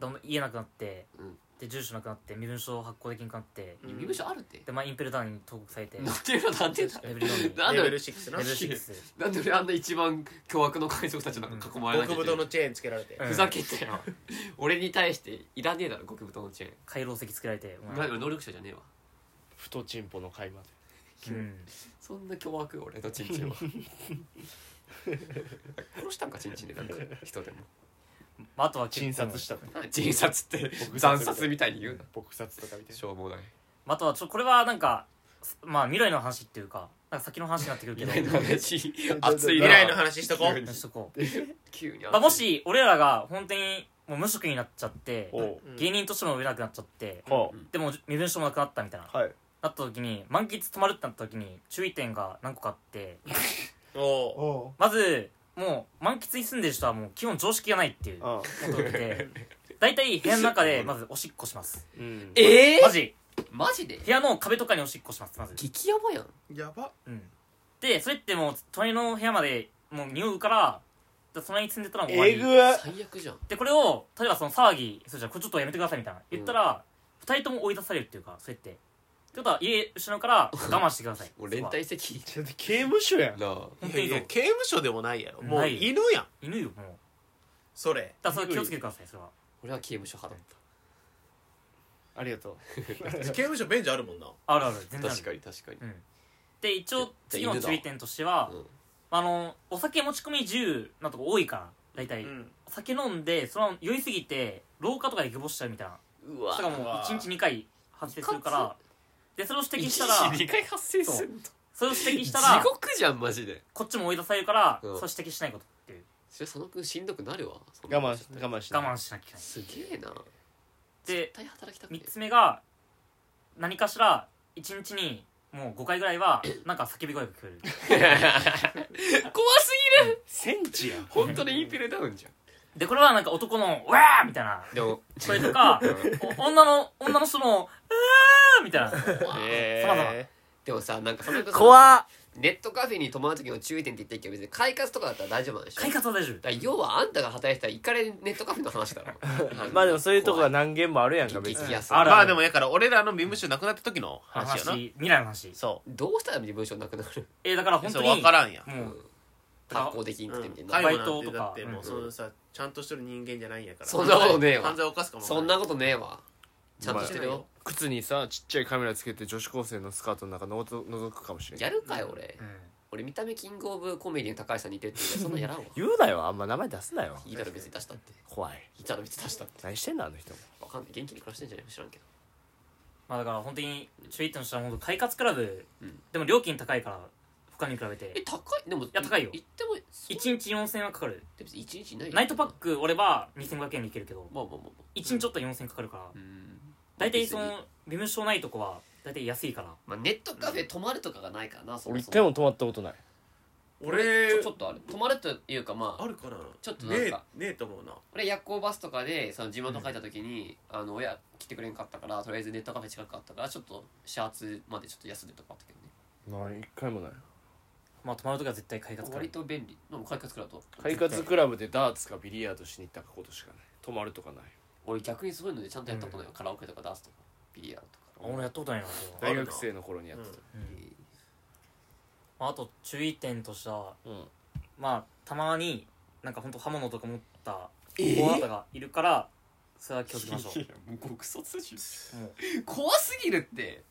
[SPEAKER 2] どんどん家なくなって、
[SPEAKER 3] うん
[SPEAKER 2] で住所なくなって身分証発行できなくなって、
[SPEAKER 3] と
[SPEAKER 4] うん
[SPEAKER 3] 身分証あるって
[SPEAKER 2] でまあインペルダーに登録されてレ
[SPEAKER 3] なんていうのなんていうの
[SPEAKER 2] ベル4にレ
[SPEAKER 3] なんで
[SPEAKER 4] レベ
[SPEAKER 3] 俺
[SPEAKER 4] ル6
[SPEAKER 2] ベ
[SPEAKER 4] な
[SPEAKER 2] ル6
[SPEAKER 3] なんで俺あんな一番凶悪の海賊たちなんか囲まれなきゃい
[SPEAKER 4] 極
[SPEAKER 3] けない
[SPEAKER 4] 太のチェーンつけられて、
[SPEAKER 2] うん
[SPEAKER 3] ふざけてよ俺に対していらねえだろ極太のチェーン
[SPEAKER 2] 回廊石つけられて、
[SPEAKER 3] お前俺能力者じゃねえわ
[SPEAKER 5] 太チンポの会まで
[SPEAKER 2] うん、
[SPEAKER 3] そんな凶悪俺のチンチンは殺したんかチンチンでなんか人でも
[SPEAKER 2] まあ、あとは結
[SPEAKER 5] 鎮
[SPEAKER 2] 婚
[SPEAKER 5] 殺したと
[SPEAKER 3] 人殺って
[SPEAKER 5] 撲
[SPEAKER 3] 惨殺みたいに言うな
[SPEAKER 5] 撲殺とかみたい
[SPEAKER 3] しょうもない
[SPEAKER 2] まああとはちょこれはなんかまあ未来の話っていうかなんか先の話になってくるけど
[SPEAKER 3] 未来の話熱いな
[SPEAKER 4] 未来の話しとこう
[SPEAKER 3] 急に
[SPEAKER 2] しとこう
[SPEAKER 3] 急に
[SPEAKER 2] まあ、もし俺らが本当にもう無職になっちゃって
[SPEAKER 5] おう
[SPEAKER 4] うん
[SPEAKER 2] 芸人としても売れなくなっちゃって
[SPEAKER 5] は
[SPEAKER 2] でも身分証もなくなったみたいな
[SPEAKER 5] あはい
[SPEAKER 2] なった時に満喫止まるってなった時に注意点が何個かあって
[SPEAKER 4] おう
[SPEAKER 5] おう
[SPEAKER 2] まずもう満喫に住んでる人はもう基本常識がないっていう
[SPEAKER 5] あ
[SPEAKER 2] こと で大体部屋の中でまずおしっこします
[SPEAKER 5] うん
[SPEAKER 3] え
[SPEAKER 2] マジ
[SPEAKER 3] マジで
[SPEAKER 2] 部屋の壁とかにおしっこしますまず、
[SPEAKER 3] 激ヤバやん
[SPEAKER 4] やば
[SPEAKER 2] うん、でそれってもう隣の部屋までもう匂うからだ隣に住んでたらもう終わり
[SPEAKER 5] えぐっ
[SPEAKER 3] 最悪じゃん
[SPEAKER 2] でこれを例えばその騒ぎするじゃんこれちょっとやめてくださいみたいな言ったら、二人とも追い出されるっていうかそれってってことは家後ろから我慢してください
[SPEAKER 3] もう連帯責任
[SPEAKER 5] ちょっと刑務所やん
[SPEAKER 3] なあ
[SPEAKER 2] 本
[SPEAKER 4] い
[SPEAKER 2] 当に
[SPEAKER 4] やい
[SPEAKER 2] そう
[SPEAKER 4] や刑務所でもないやろもう
[SPEAKER 2] ない
[SPEAKER 4] 犬やん
[SPEAKER 2] 犬よもう
[SPEAKER 4] それ
[SPEAKER 2] だからそれは気をつけてくださいそれは
[SPEAKER 3] 俺は刑務所派だっ
[SPEAKER 5] ありがと
[SPEAKER 4] 刑務所便所あるもんな
[SPEAKER 2] あるある全
[SPEAKER 3] た
[SPEAKER 2] 然ある
[SPEAKER 3] 確かに確かに
[SPEAKER 2] うん、で一応次の
[SPEAKER 3] 犬だ
[SPEAKER 2] 注意点としては、
[SPEAKER 3] うん
[SPEAKER 2] あのお酒持ち込み自由なとこ多いから大体、
[SPEAKER 4] うん
[SPEAKER 2] お酒飲んでそのまま酔いすぎて廊下とかでぐぼしちゃうみたいな
[SPEAKER 3] う
[SPEAKER 2] それがもう1日2回発生するからでそれを指摘したら
[SPEAKER 3] 一日2回発生すんの
[SPEAKER 2] それを指摘した
[SPEAKER 3] 地
[SPEAKER 2] ら
[SPEAKER 3] 獄じゃんマジで
[SPEAKER 2] こっちも追い出されるから、
[SPEAKER 3] うん
[SPEAKER 2] それ指摘しないことっていう
[SPEAKER 3] それ佐野くんしんどくなるわそん
[SPEAKER 5] う
[SPEAKER 3] な
[SPEAKER 5] 我
[SPEAKER 3] こと
[SPEAKER 5] 慢
[SPEAKER 3] し
[SPEAKER 5] し
[SPEAKER 3] ちゃったら
[SPEAKER 5] 我慢し
[SPEAKER 2] 我慢しなきゃいけない
[SPEAKER 3] すげえな
[SPEAKER 2] で
[SPEAKER 3] 絶対働きたくね
[SPEAKER 2] 3
[SPEAKER 3] え
[SPEAKER 2] つ目が何かしら1日にもう5回ぐらいはなんか叫び声が聞こえる
[SPEAKER 3] 怖すぎる
[SPEAKER 5] センチやん
[SPEAKER 3] 本当にインペルダウンじゃん
[SPEAKER 2] でこれはなんか男の「うわー!」みたいな
[SPEAKER 3] でも
[SPEAKER 2] それとかお女の女の人の「うわー!」みたいな
[SPEAKER 3] 怖っ
[SPEAKER 2] 様々
[SPEAKER 5] え
[SPEAKER 3] でもさなんかそれこそ
[SPEAKER 5] 怖っ
[SPEAKER 3] ネットカフェに泊まる時の注意点って言ったけど別に快活とかだったら大丈夫なんでしょ
[SPEAKER 2] 快活は大丈
[SPEAKER 3] だから要はあんたが働いてたイカレネットカフェの話だろ
[SPEAKER 5] まあでもそういうとこは
[SPEAKER 3] な
[SPEAKER 5] 何件もあるやんか
[SPEAKER 3] 聞
[SPEAKER 5] 別
[SPEAKER 3] き
[SPEAKER 5] に
[SPEAKER 3] やすい
[SPEAKER 2] あら
[SPEAKER 4] まあでもやから俺らのビームシュなくなった時の
[SPEAKER 2] 夫
[SPEAKER 4] 話やな
[SPEAKER 2] 話未来の話
[SPEAKER 4] そ
[SPEAKER 3] どうしたら身分証なくなる
[SPEAKER 2] えだから
[SPEAKER 4] う
[SPEAKER 2] 本
[SPEAKER 4] そ
[SPEAKER 2] 当
[SPEAKER 4] う
[SPEAKER 2] に
[SPEAKER 4] 分からんやん
[SPEAKER 2] もう
[SPEAKER 3] 発行できんくてみたいな、
[SPEAKER 2] うんバ
[SPEAKER 4] 介護な
[SPEAKER 2] イト
[SPEAKER 4] んて
[SPEAKER 2] とか
[SPEAKER 4] だっても
[SPEAKER 2] う
[SPEAKER 4] うんそのさちゃんとしてる人間じゃないんやから
[SPEAKER 3] そんなことねえわ
[SPEAKER 4] 犯罪を犯すかも
[SPEAKER 3] そんなことねえわちゃんとしてるよ、
[SPEAKER 5] 靴にさちっちゃいカメラつけて女子高生のスカートの中のぞ覗くかもしれん
[SPEAKER 3] やるかよ俺、
[SPEAKER 2] うん
[SPEAKER 3] 俺見た目キングオブコメディの高橋さんに似てるって 言うからそんなんやらんわ
[SPEAKER 5] 言うなよあんま名前出すなよ
[SPEAKER 3] いいだろ別に出したって
[SPEAKER 5] 怖い
[SPEAKER 3] いいだろ別に出したって
[SPEAKER 5] 何してんのあの人も
[SPEAKER 3] わかんない元気に暮らしてんじゃない知らんけど
[SPEAKER 2] まあだから本当に注意点としては本当快活クラブ
[SPEAKER 3] うん
[SPEAKER 2] でも料金高いから他に比べ
[SPEAKER 3] え
[SPEAKER 2] て
[SPEAKER 3] 高いでもい
[SPEAKER 2] や高いよ
[SPEAKER 3] 行ってもそん
[SPEAKER 2] 1日4000円はかかる
[SPEAKER 3] で別に一日いないよ
[SPEAKER 2] ナイトパック俺は2500円でいけるけど
[SPEAKER 3] まあまあまあまあ
[SPEAKER 2] 1日ちょっと4000円かかるから
[SPEAKER 3] うん
[SPEAKER 2] 大体そ
[SPEAKER 3] 別に
[SPEAKER 2] のビムショーないとこは大体安いから
[SPEAKER 3] まあ、ネットカフェ泊まるとかがないからなそも
[SPEAKER 5] 俺
[SPEAKER 3] そ
[SPEAKER 5] 一回も泊まったことない
[SPEAKER 4] 俺
[SPEAKER 3] ちょちょっとある泊まるというかまあ
[SPEAKER 4] あるかな
[SPEAKER 3] ちょっとなん
[SPEAKER 4] ねえ
[SPEAKER 3] か
[SPEAKER 4] ねえと思うな
[SPEAKER 3] 俺夜行バスとかでその地元帰った時に、あの親来てくれんかったからとりあえずネットカフェ近かったからちょっと始発までちょっと休んでるとかあったけどね
[SPEAKER 5] ない一回もない
[SPEAKER 2] まあ泊まるときは絶対快活クラブ
[SPEAKER 3] 割と便利でも快活クラブと
[SPEAKER 5] 快活クラブでダーツかビリヤードしに行ったことしかない泊まるとかない
[SPEAKER 3] 俺逆にそういうのでちゃんとやったことないよ、カラオケとかダンスとかビリヤードとか
[SPEAKER 2] あ俺やったことないなそれは
[SPEAKER 5] 大学生の頃にやって
[SPEAKER 2] うんまあ、あと注意点としては
[SPEAKER 5] たうん
[SPEAKER 2] まあたまになんか本当刃物とか持った
[SPEAKER 3] えー
[SPEAKER 2] 大型がいるからそれは気をつけま しょう
[SPEAKER 3] もう極殺じ
[SPEAKER 2] もう
[SPEAKER 3] 怖すぎるって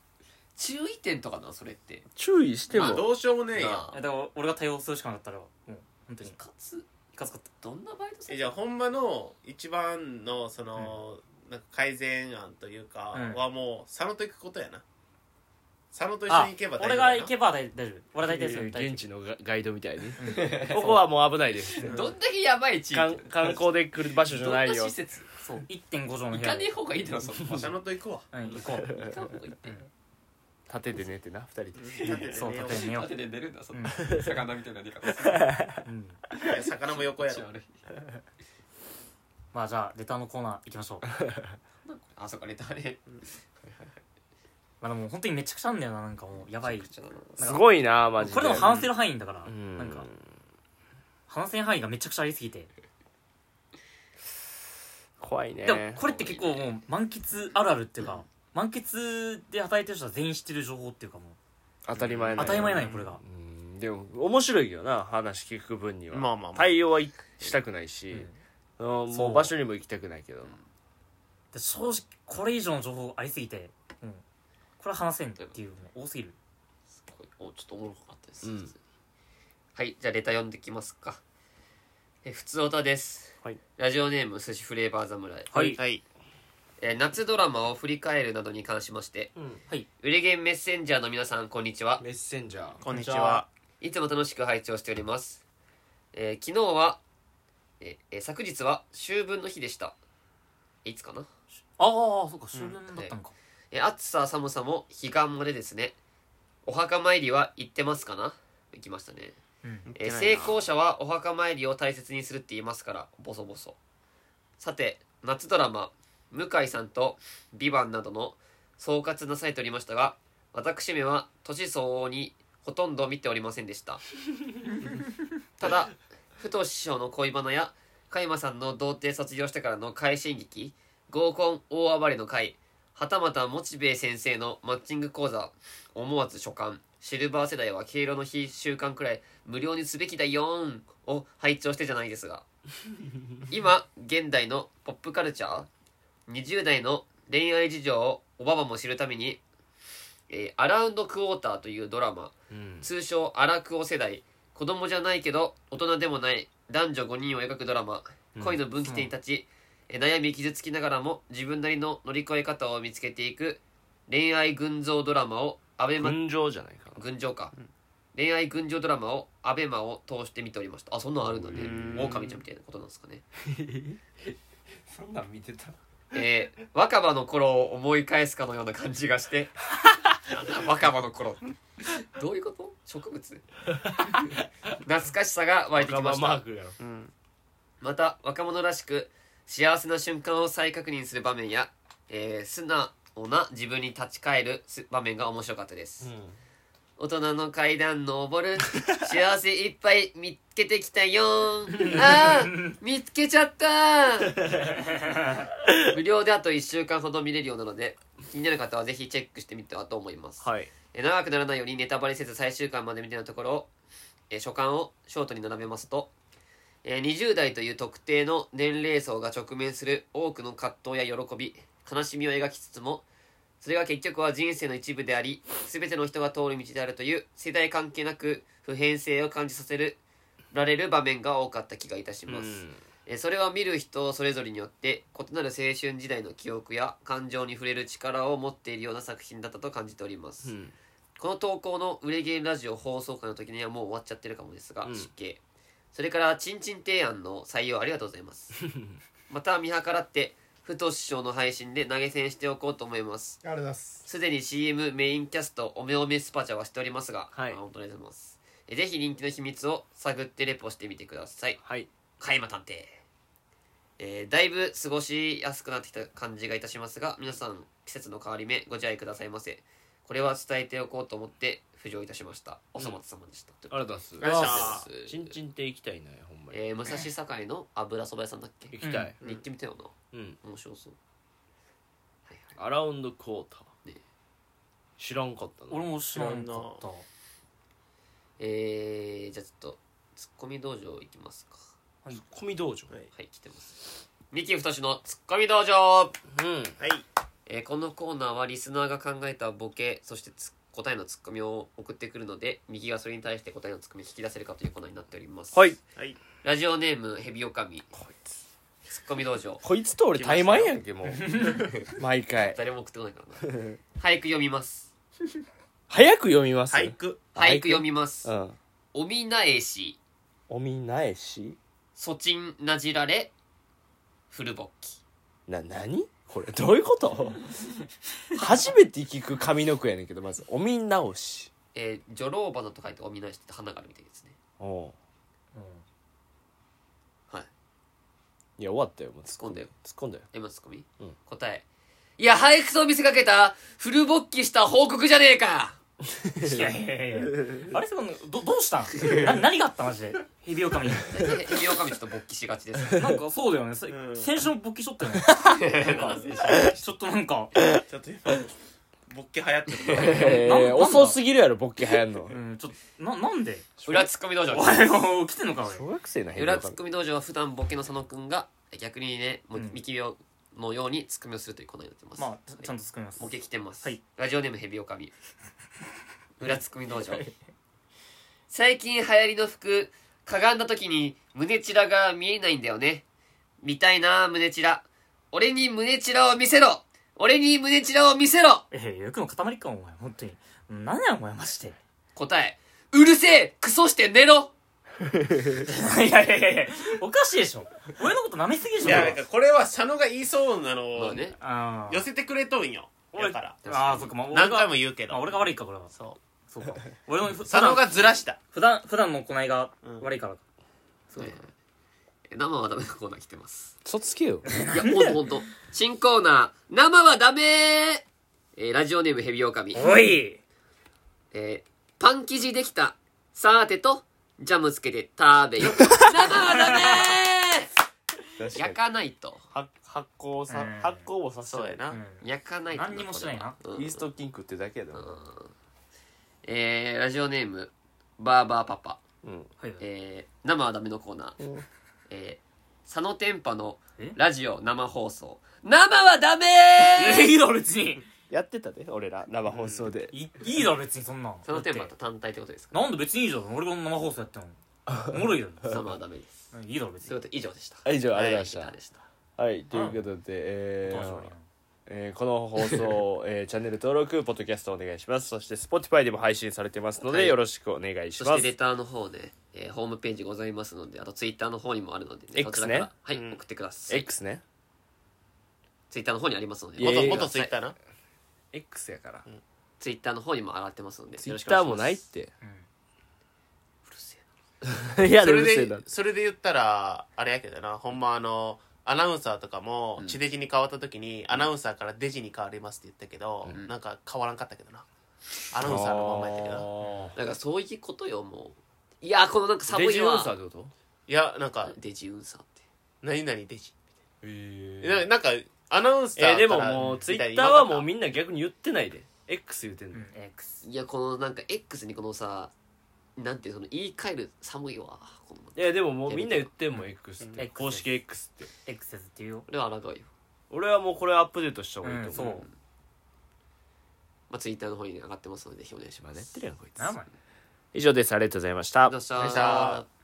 [SPEAKER 3] 注意点とかなそれって
[SPEAKER 5] 注意して
[SPEAKER 4] まあどうしようもねえやん
[SPEAKER 3] なあ
[SPEAKER 2] えだから俺が対応するしかなかったらもう本当に
[SPEAKER 3] い
[SPEAKER 2] い
[SPEAKER 3] かつ
[SPEAKER 2] かつかった
[SPEAKER 3] どんなバイト先
[SPEAKER 4] えじゃあほんまの一番のその、なんか改善案というか
[SPEAKER 2] うん
[SPEAKER 4] はもう佐野と行くことやな佐野と一緒に行けば大丈
[SPEAKER 2] 俺
[SPEAKER 4] 夫
[SPEAKER 2] が
[SPEAKER 4] や
[SPEAKER 2] 行
[SPEAKER 4] な
[SPEAKER 2] けば大丈夫俺は大体そう大
[SPEAKER 5] 現
[SPEAKER 2] 体
[SPEAKER 5] 地のガガイドみたいに ここはもう危ないです
[SPEAKER 3] どんだけやばい地域
[SPEAKER 5] 観観光で来る場所じゃ
[SPEAKER 3] どん
[SPEAKER 5] ない
[SPEAKER 3] な
[SPEAKER 5] よ
[SPEAKER 3] 施設
[SPEAKER 2] そう1.5畳の
[SPEAKER 3] 行
[SPEAKER 2] 部
[SPEAKER 3] か
[SPEAKER 2] 屋
[SPEAKER 3] ねえ方がいいだろその場
[SPEAKER 4] 佐
[SPEAKER 3] 所
[SPEAKER 4] 野と行くわ
[SPEAKER 2] うん行こう
[SPEAKER 3] 行かん方がいいって
[SPEAKER 5] 立てて寝てな二人で
[SPEAKER 2] そう
[SPEAKER 4] 立て
[SPEAKER 2] 立て
[SPEAKER 4] てね
[SPEAKER 2] 寝よ
[SPEAKER 3] 縦で寝るんだその
[SPEAKER 2] う
[SPEAKER 3] 魚みたいな寝方
[SPEAKER 2] う、うん、
[SPEAKER 4] 魚も横やろ
[SPEAKER 2] まあじゃあレターのコーナー行きましょう
[SPEAKER 3] あそこ寝たね
[SPEAKER 2] まあでも本当にめちゃくちゃあんだよななんかもうやばい
[SPEAKER 3] めちゃくちゃだな
[SPEAKER 5] すごいなマジで
[SPEAKER 2] これでも反省の範囲だから、
[SPEAKER 5] うん
[SPEAKER 2] なんか反省範囲がめちゃくちゃありすぎて
[SPEAKER 5] 怖いね
[SPEAKER 2] でもこれって結構もう満喫あるあるっていうか、満喫で働いてる人は全員知ってる情報っていうかもう
[SPEAKER 5] 当たり前な
[SPEAKER 2] 当
[SPEAKER 5] んや
[SPEAKER 2] たり前なんよこれが、
[SPEAKER 5] うんでも面白いけどな話聞く分には、
[SPEAKER 4] まあまあまあ
[SPEAKER 5] 対応はいしたくないし、あの
[SPEAKER 2] そ
[SPEAKER 5] も
[SPEAKER 2] う
[SPEAKER 5] う場所にも行きたくないけど
[SPEAKER 2] で正直これ以上の情報ありすぎて、うん、これは話せんっていうもう多すぎる
[SPEAKER 3] おちょっとおもろかったです、
[SPEAKER 5] うん
[SPEAKER 3] 普通にはいじゃあレター読んできますかえ普通おたです、
[SPEAKER 5] はい
[SPEAKER 3] ラジオネーム寿司フレーバー侍、
[SPEAKER 2] はい
[SPEAKER 4] はい
[SPEAKER 3] えー夏ドラマを振り返るなどに関しまして売れゲンメッセンジャーの皆さんこんにちは
[SPEAKER 5] メッセンジャー
[SPEAKER 4] こんにち
[SPEAKER 2] こんにちは
[SPEAKER 4] はい
[SPEAKER 3] つも楽しく拝聴しております、えー昨日はえーえー昨日は秋分の日でしたいつかな
[SPEAKER 2] ああそうか終了だったのか、
[SPEAKER 3] えー暑さ寒さも彼岸までですねお墓参りは行ってますかな行きましたね
[SPEAKER 2] うん
[SPEAKER 3] えー
[SPEAKER 4] 行ってな
[SPEAKER 3] 成
[SPEAKER 4] いな
[SPEAKER 3] 功者はお墓参りを大切にするって言いますからボソボソさて夏ドラマ「向井さん」と「ビバンなどの総括なされておりましたが私めは年相応にほとんど見ておりません でしたただ太師匠の恋バナや加山さんの童貞卒業してからの快進撃合コン大暴れの会はたまたモチベイ先生のマッチング講座思わず所感シルバー世代は敬老の日週間くらい無料にすべきだよーんを拝聴してじゃないです が今現代のポップカルチャー20代の恋愛事情をおばばも知るために「えーアラウンドクォーター」というドラマ
[SPEAKER 5] うん
[SPEAKER 3] 通称アラクオ世代子供じゃないけど大人でもない男女5人を描くドラマ
[SPEAKER 5] うん
[SPEAKER 3] 恋の分岐点に立ち、え悩み傷つきながらも自分なりの乗り越え方を見つけていく恋愛群像ドラマをアベマ
[SPEAKER 5] 群青じゃないかな
[SPEAKER 3] 群青か、恋愛群青ドラマをアベマを通して見ておりましたあそんなんあるんだね
[SPEAKER 4] うん
[SPEAKER 3] 狼ちゃんみたいなことなんですかね
[SPEAKER 5] そんなん見てた
[SPEAKER 3] えー、若葉の頃を思い返すかのような感じがして 若葉の頃どういうこと 植物懐かしさが湧いてきま
[SPEAKER 5] マ
[SPEAKER 3] し
[SPEAKER 5] マー
[SPEAKER 3] た
[SPEAKER 5] クやろ
[SPEAKER 3] また若者らしく幸せな瞬間を再確認する場面や、えー素直な自分に立ち返るす場面が面白かったです、大人の階段登る幸せいっぱい見つけてきたよーあー見つけちゃったー無料であと1週間ほど見れるようなので気になる方はぜひチェックしてみてはと思います、
[SPEAKER 5] はい
[SPEAKER 3] え長くならないようにネタバレせず最終巻までみたいなところを、え書簡をショートに並べますと、えー20代という特定の年齢層が直面する多くの葛藤や喜び悲しみを描きつつもそれが結局は人生の一部であり全ての人が通る道であるという世代関係なく普遍性を感じさせるられる場面が多かった気がいたします、えーそれは見る人それぞれによって異なる青春時代の記憶や感情に触れる力を持っているような作品だったと感じております、
[SPEAKER 5] ん
[SPEAKER 3] この投稿の「売れゲーラジオ」放送回の時にはもう終わっちゃってるかもですが、
[SPEAKER 5] うん
[SPEAKER 3] 失敬それから「ちんちん提案」の採用ありがとうございます また見計らってふと師匠の配信で投げ銭しておこうと思います
[SPEAKER 6] ありがとうございます
[SPEAKER 3] すでに CM メインキャストおめおめスパチャはしておりますが、
[SPEAKER 5] はい
[SPEAKER 3] あ本当にありがとうございますえぜひ人気の秘密を探ってレポしてみてください
[SPEAKER 5] はい
[SPEAKER 3] 開幕探偵、えーだいぶ過ごしやすくなってきた感じがいたしますが皆さん季節の変わり目ご自愛くださいませこれは伝えておこうと思って浮上いたしましたお粗末様でした、
[SPEAKER 5] ありがとうござい
[SPEAKER 4] あり
[SPEAKER 5] ま
[SPEAKER 4] が
[SPEAKER 5] す
[SPEAKER 4] とうございます
[SPEAKER 5] ちんちんって行きたいねほんまに
[SPEAKER 3] えー武蔵境の油そば屋さんだっけ
[SPEAKER 5] 行きたい
[SPEAKER 3] 行ってみたよな
[SPEAKER 5] うん
[SPEAKER 3] 面白そう、はいはい
[SPEAKER 5] アラウンドクォーター
[SPEAKER 3] ね
[SPEAKER 5] 知らんかったな
[SPEAKER 2] 俺も知らんかった
[SPEAKER 3] えー、じゃあちょっとツッコミ道場行きますか
[SPEAKER 5] コミ道場
[SPEAKER 3] はい来てますミキ太のツッコミ道場
[SPEAKER 5] うん
[SPEAKER 4] はい
[SPEAKER 3] えーこのコーナーはリスナーが考えたボケそしてつ答えのツッコミを送ってくるので右がそれに対して答えのツッコミを引き出せるかというコーナーになっております
[SPEAKER 5] はい
[SPEAKER 4] はい
[SPEAKER 3] ラジオネームヘビオカミ
[SPEAKER 5] こいつ
[SPEAKER 3] ツッコミ 道場
[SPEAKER 5] こいつと俺怠慢やんけもう毎回
[SPEAKER 3] 誰も送ってこな いからな俳句読みます
[SPEAKER 5] 早く読みます
[SPEAKER 4] 俳句
[SPEAKER 3] 俳句読みます
[SPEAKER 5] うん
[SPEAKER 3] おみなえし
[SPEAKER 5] おみなえし
[SPEAKER 3] そちんなじられ古ぼっき
[SPEAKER 5] な何これどういうこと初めて聞く上の句やねんけどまずおみ直し
[SPEAKER 3] えー、女郎花と書いておみなえしって花があるみたいですね
[SPEAKER 5] おう
[SPEAKER 3] はい
[SPEAKER 5] いや終わったよもう
[SPEAKER 3] 突っ込んだよ
[SPEAKER 5] 突っ込んだよ
[SPEAKER 3] 今ツッコミ、
[SPEAKER 5] うん
[SPEAKER 3] 答えいや俳句と見せかけた古ぼっきした報告じゃねえか
[SPEAKER 2] いやいやいやい やあれそのどどうした んな何があったマジでヘビオカミ
[SPEAKER 3] ヘビオカミちょっと勃起しがちで す
[SPEAKER 2] なんかそうだよね、せ
[SPEAKER 4] うん
[SPEAKER 2] 先週も勃起しとったよね ちょっとなんか
[SPEAKER 4] ちょっと今ボッケ流行ってる
[SPEAKER 5] え
[SPEAKER 2] なん
[SPEAKER 5] ー、
[SPEAKER 2] だ
[SPEAKER 5] 遅すぎるやろボッケ流行んの
[SPEAKER 2] うんちょっとななんで
[SPEAKER 3] 裏ツッコミ道場
[SPEAKER 2] おいおい起きてんのか
[SPEAKER 5] 小
[SPEAKER 2] 俺
[SPEAKER 5] 学生な変
[SPEAKER 3] 裏ツッコミ道場は普段ボケの佐野くんが逆にねもう
[SPEAKER 2] うん
[SPEAKER 3] ミキビオのようにツッコミをするというコーナーになってます、
[SPEAKER 2] まあちゃちゃんと突っ込みます
[SPEAKER 3] ボケ来てます、
[SPEAKER 2] はい
[SPEAKER 3] ラジオネームヘビオカ ミ裏ツッコミ道場最近流行りの服かがんだ時に胸チラが見えないんだよね見たいな胸チラ俺に胸チラを見せろ俺に胸チラを見せろ
[SPEAKER 2] ええ欲の塊かお前本当に何やお前マジで
[SPEAKER 3] 答えうるせえクソして寝ろ
[SPEAKER 2] いやいやいやいやおかしいでしょ俺のこと舐めすぎでし
[SPEAKER 4] い
[SPEAKER 2] ょ
[SPEAKER 4] やなんかこれは佐野が言いそうなの
[SPEAKER 3] ま
[SPEAKER 4] を
[SPEAKER 3] あね
[SPEAKER 2] あー
[SPEAKER 4] 寄せてくれとんよ
[SPEAKER 2] 俺
[SPEAKER 4] だから
[SPEAKER 2] あーそっかまあ俺
[SPEAKER 4] 何回
[SPEAKER 2] が
[SPEAKER 4] も言うけど
[SPEAKER 2] あ俺が悪いかこれは
[SPEAKER 4] そう
[SPEAKER 2] そうか俺もふ
[SPEAKER 4] 佐野がずらした
[SPEAKER 2] 普段普段の行いが悪いからそう
[SPEAKER 3] ね生はダメのコーナー来てます。
[SPEAKER 5] 嘘つけよ
[SPEAKER 3] いや、ほんとほんと。新コーナー、生はダメえーラジオネームヘビオカミ。
[SPEAKER 2] おい
[SPEAKER 3] えーパン生地できた、さーてと、ジャムつけて食べよ。生はダメ
[SPEAKER 5] 確
[SPEAKER 3] 焼かないと。
[SPEAKER 5] 発発酵
[SPEAKER 2] さうん
[SPEAKER 5] 発酵もさ
[SPEAKER 4] そうやな
[SPEAKER 2] うん
[SPEAKER 3] 焼かないと。
[SPEAKER 2] 何にもしないな
[SPEAKER 3] これは。うん
[SPEAKER 5] イーストキンクってだけやだな
[SPEAKER 3] えーラジオネーム、バーバーパパ。
[SPEAKER 5] うん
[SPEAKER 2] はい
[SPEAKER 3] えー生はダメのコーナー、
[SPEAKER 5] うん
[SPEAKER 3] えー佐野天パの
[SPEAKER 2] え
[SPEAKER 3] ラジオ生放送。生はダメ
[SPEAKER 2] いいだろ別に
[SPEAKER 5] やってたで俺ら生放送で
[SPEAKER 2] いいいだろ別にそんなん
[SPEAKER 3] 佐野天
[SPEAKER 2] だ
[SPEAKER 3] パ
[SPEAKER 2] って
[SPEAKER 3] と単体ってことですか
[SPEAKER 2] なんで別にいいじゃん俺が生放送やってんのおもろいだろ
[SPEAKER 3] 生はダメです。
[SPEAKER 2] いいだろ別
[SPEAKER 3] という
[SPEAKER 2] に
[SPEAKER 3] ことで以上でした。
[SPEAKER 5] はい以上ありがとうご
[SPEAKER 3] ギ
[SPEAKER 5] ざい
[SPEAKER 3] タ
[SPEAKER 5] ま
[SPEAKER 3] ーで
[SPEAKER 5] し
[SPEAKER 3] した。
[SPEAKER 5] たはいということでえ
[SPEAKER 2] どうしよう
[SPEAKER 5] ー
[SPEAKER 2] かな
[SPEAKER 5] えーこの放送、えーチャンネル登録ポッドキャストお願いしますそして Spotify でも配信されてますので、
[SPEAKER 3] はい
[SPEAKER 5] よろしくお願いし
[SPEAKER 3] そ
[SPEAKER 5] ま
[SPEAKER 3] し
[SPEAKER 5] す
[SPEAKER 3] てレターの方ね、えーホームページございますので、あとツイッターの方にもあるので、ね、
[SPEAKER 5] X
[SPEAKER 3] そちらか
[SPEAKER 5] ね
[SPEAKER 3] らはい、
[SPEAKER 4] うん
[SPEAKER 3] 送ってください。
[SPEAKER 5] X ね
[SPEAKER 3] ツイッターの方にありますので、
[SPEAKER 5] いやいや
[SPEAKER 4] 元
[SPEAKER 5] いや
[SPEAKER 4] 元ツイッタ
[SPEAKER 3] ー。
[SPEAKER 4] ーな
[SPEAKER 5] X やから
[SPEAKER 3] ツイッターの方にも上がってますので、よろしくお
[SPEAKER 5] Twitter
[SPEAKER 3] 願し
[SPEAKER 5] も
[SPEAKER 3] ます
[SPEAKER 5] ないっ。て
[SPEAKER 3] うるせ え
[SPEAKER 5] いや
[SPEAKER 4] そ
[SPEAKER 5] でも
[SPEAKER 4] れ
[SPEAKER 5] うるせえな
[SPEAKER 4] でそれで言ったらあれやけどなほんまあのアナウンサーとかも地デジに変わった時にアナウンサーからデジに変わりますって言ったけどなんか変わらんかったけどなアナウンサーのまんまやったけどな
[SPEAKER 5] ど
[SPEAKER 3] なんかそういうことよもういやこのなんか寒いわ
[SPEAKER 5] デジアナウンサーってこと
[SPEAKER 4] いやなんか
[SPEAKER 3] デジウンサーって
[SPEAKER 4] 何々デジ
[SPEAKER 5] え
[SPEAKER 4] ななんかアナウンサー
[SPEAKER 5] えーでも
[SPEAKER 4] から
[SPEAKER 5] もう
[SPEAKER 4] み
[SPEAKER 5] ツ
[SPEAKER 4] た
[SPEAKER 5] イ
[SPEAKER 4] いな
[SPEAKER 5] ッターはもうみんな逆に言ってないで X 言ってん
[SPEAKER 2] う
[SPEAKER 5] の、
[SPEAKER 2] ん X
[SPEAKER 3] いやこのなんか X にこのさなんていうその言い換える寒いわこの
[SPEAKER 5] いやでももうみんな言ってんもん X っ
[SPEAKER 2] う
[SPEAKER 5] て
[SPEAKER 2] ん
[SPEAKER 5] 公式 X って
[SPEAKER 2] X ですっていうよ
[SPEAKER 3] 俺は抗うよ、
[SPEAKER 5] 俺はもうこれアップデートした方がいいと
[SPEAKER 2] そ
[SPEAKER 5] 思う、
[SPEAKER 2] う
[SPEAKER 3] まあ、Twitter の方に上がってますのでぜひお願いし
[SPEAKER 5] ま
[SPEAKER 3] ま
[SPEAKER 5] あ
[SPEAKER 3] す
[SPEAKER 5] ねやってるやんこいつ
[SPEAKER 2] 何枚
[SPEAKER 5] 以上ですありがとうございました
[SPEAKER 3] どうし
[SPEAKER 4] どうした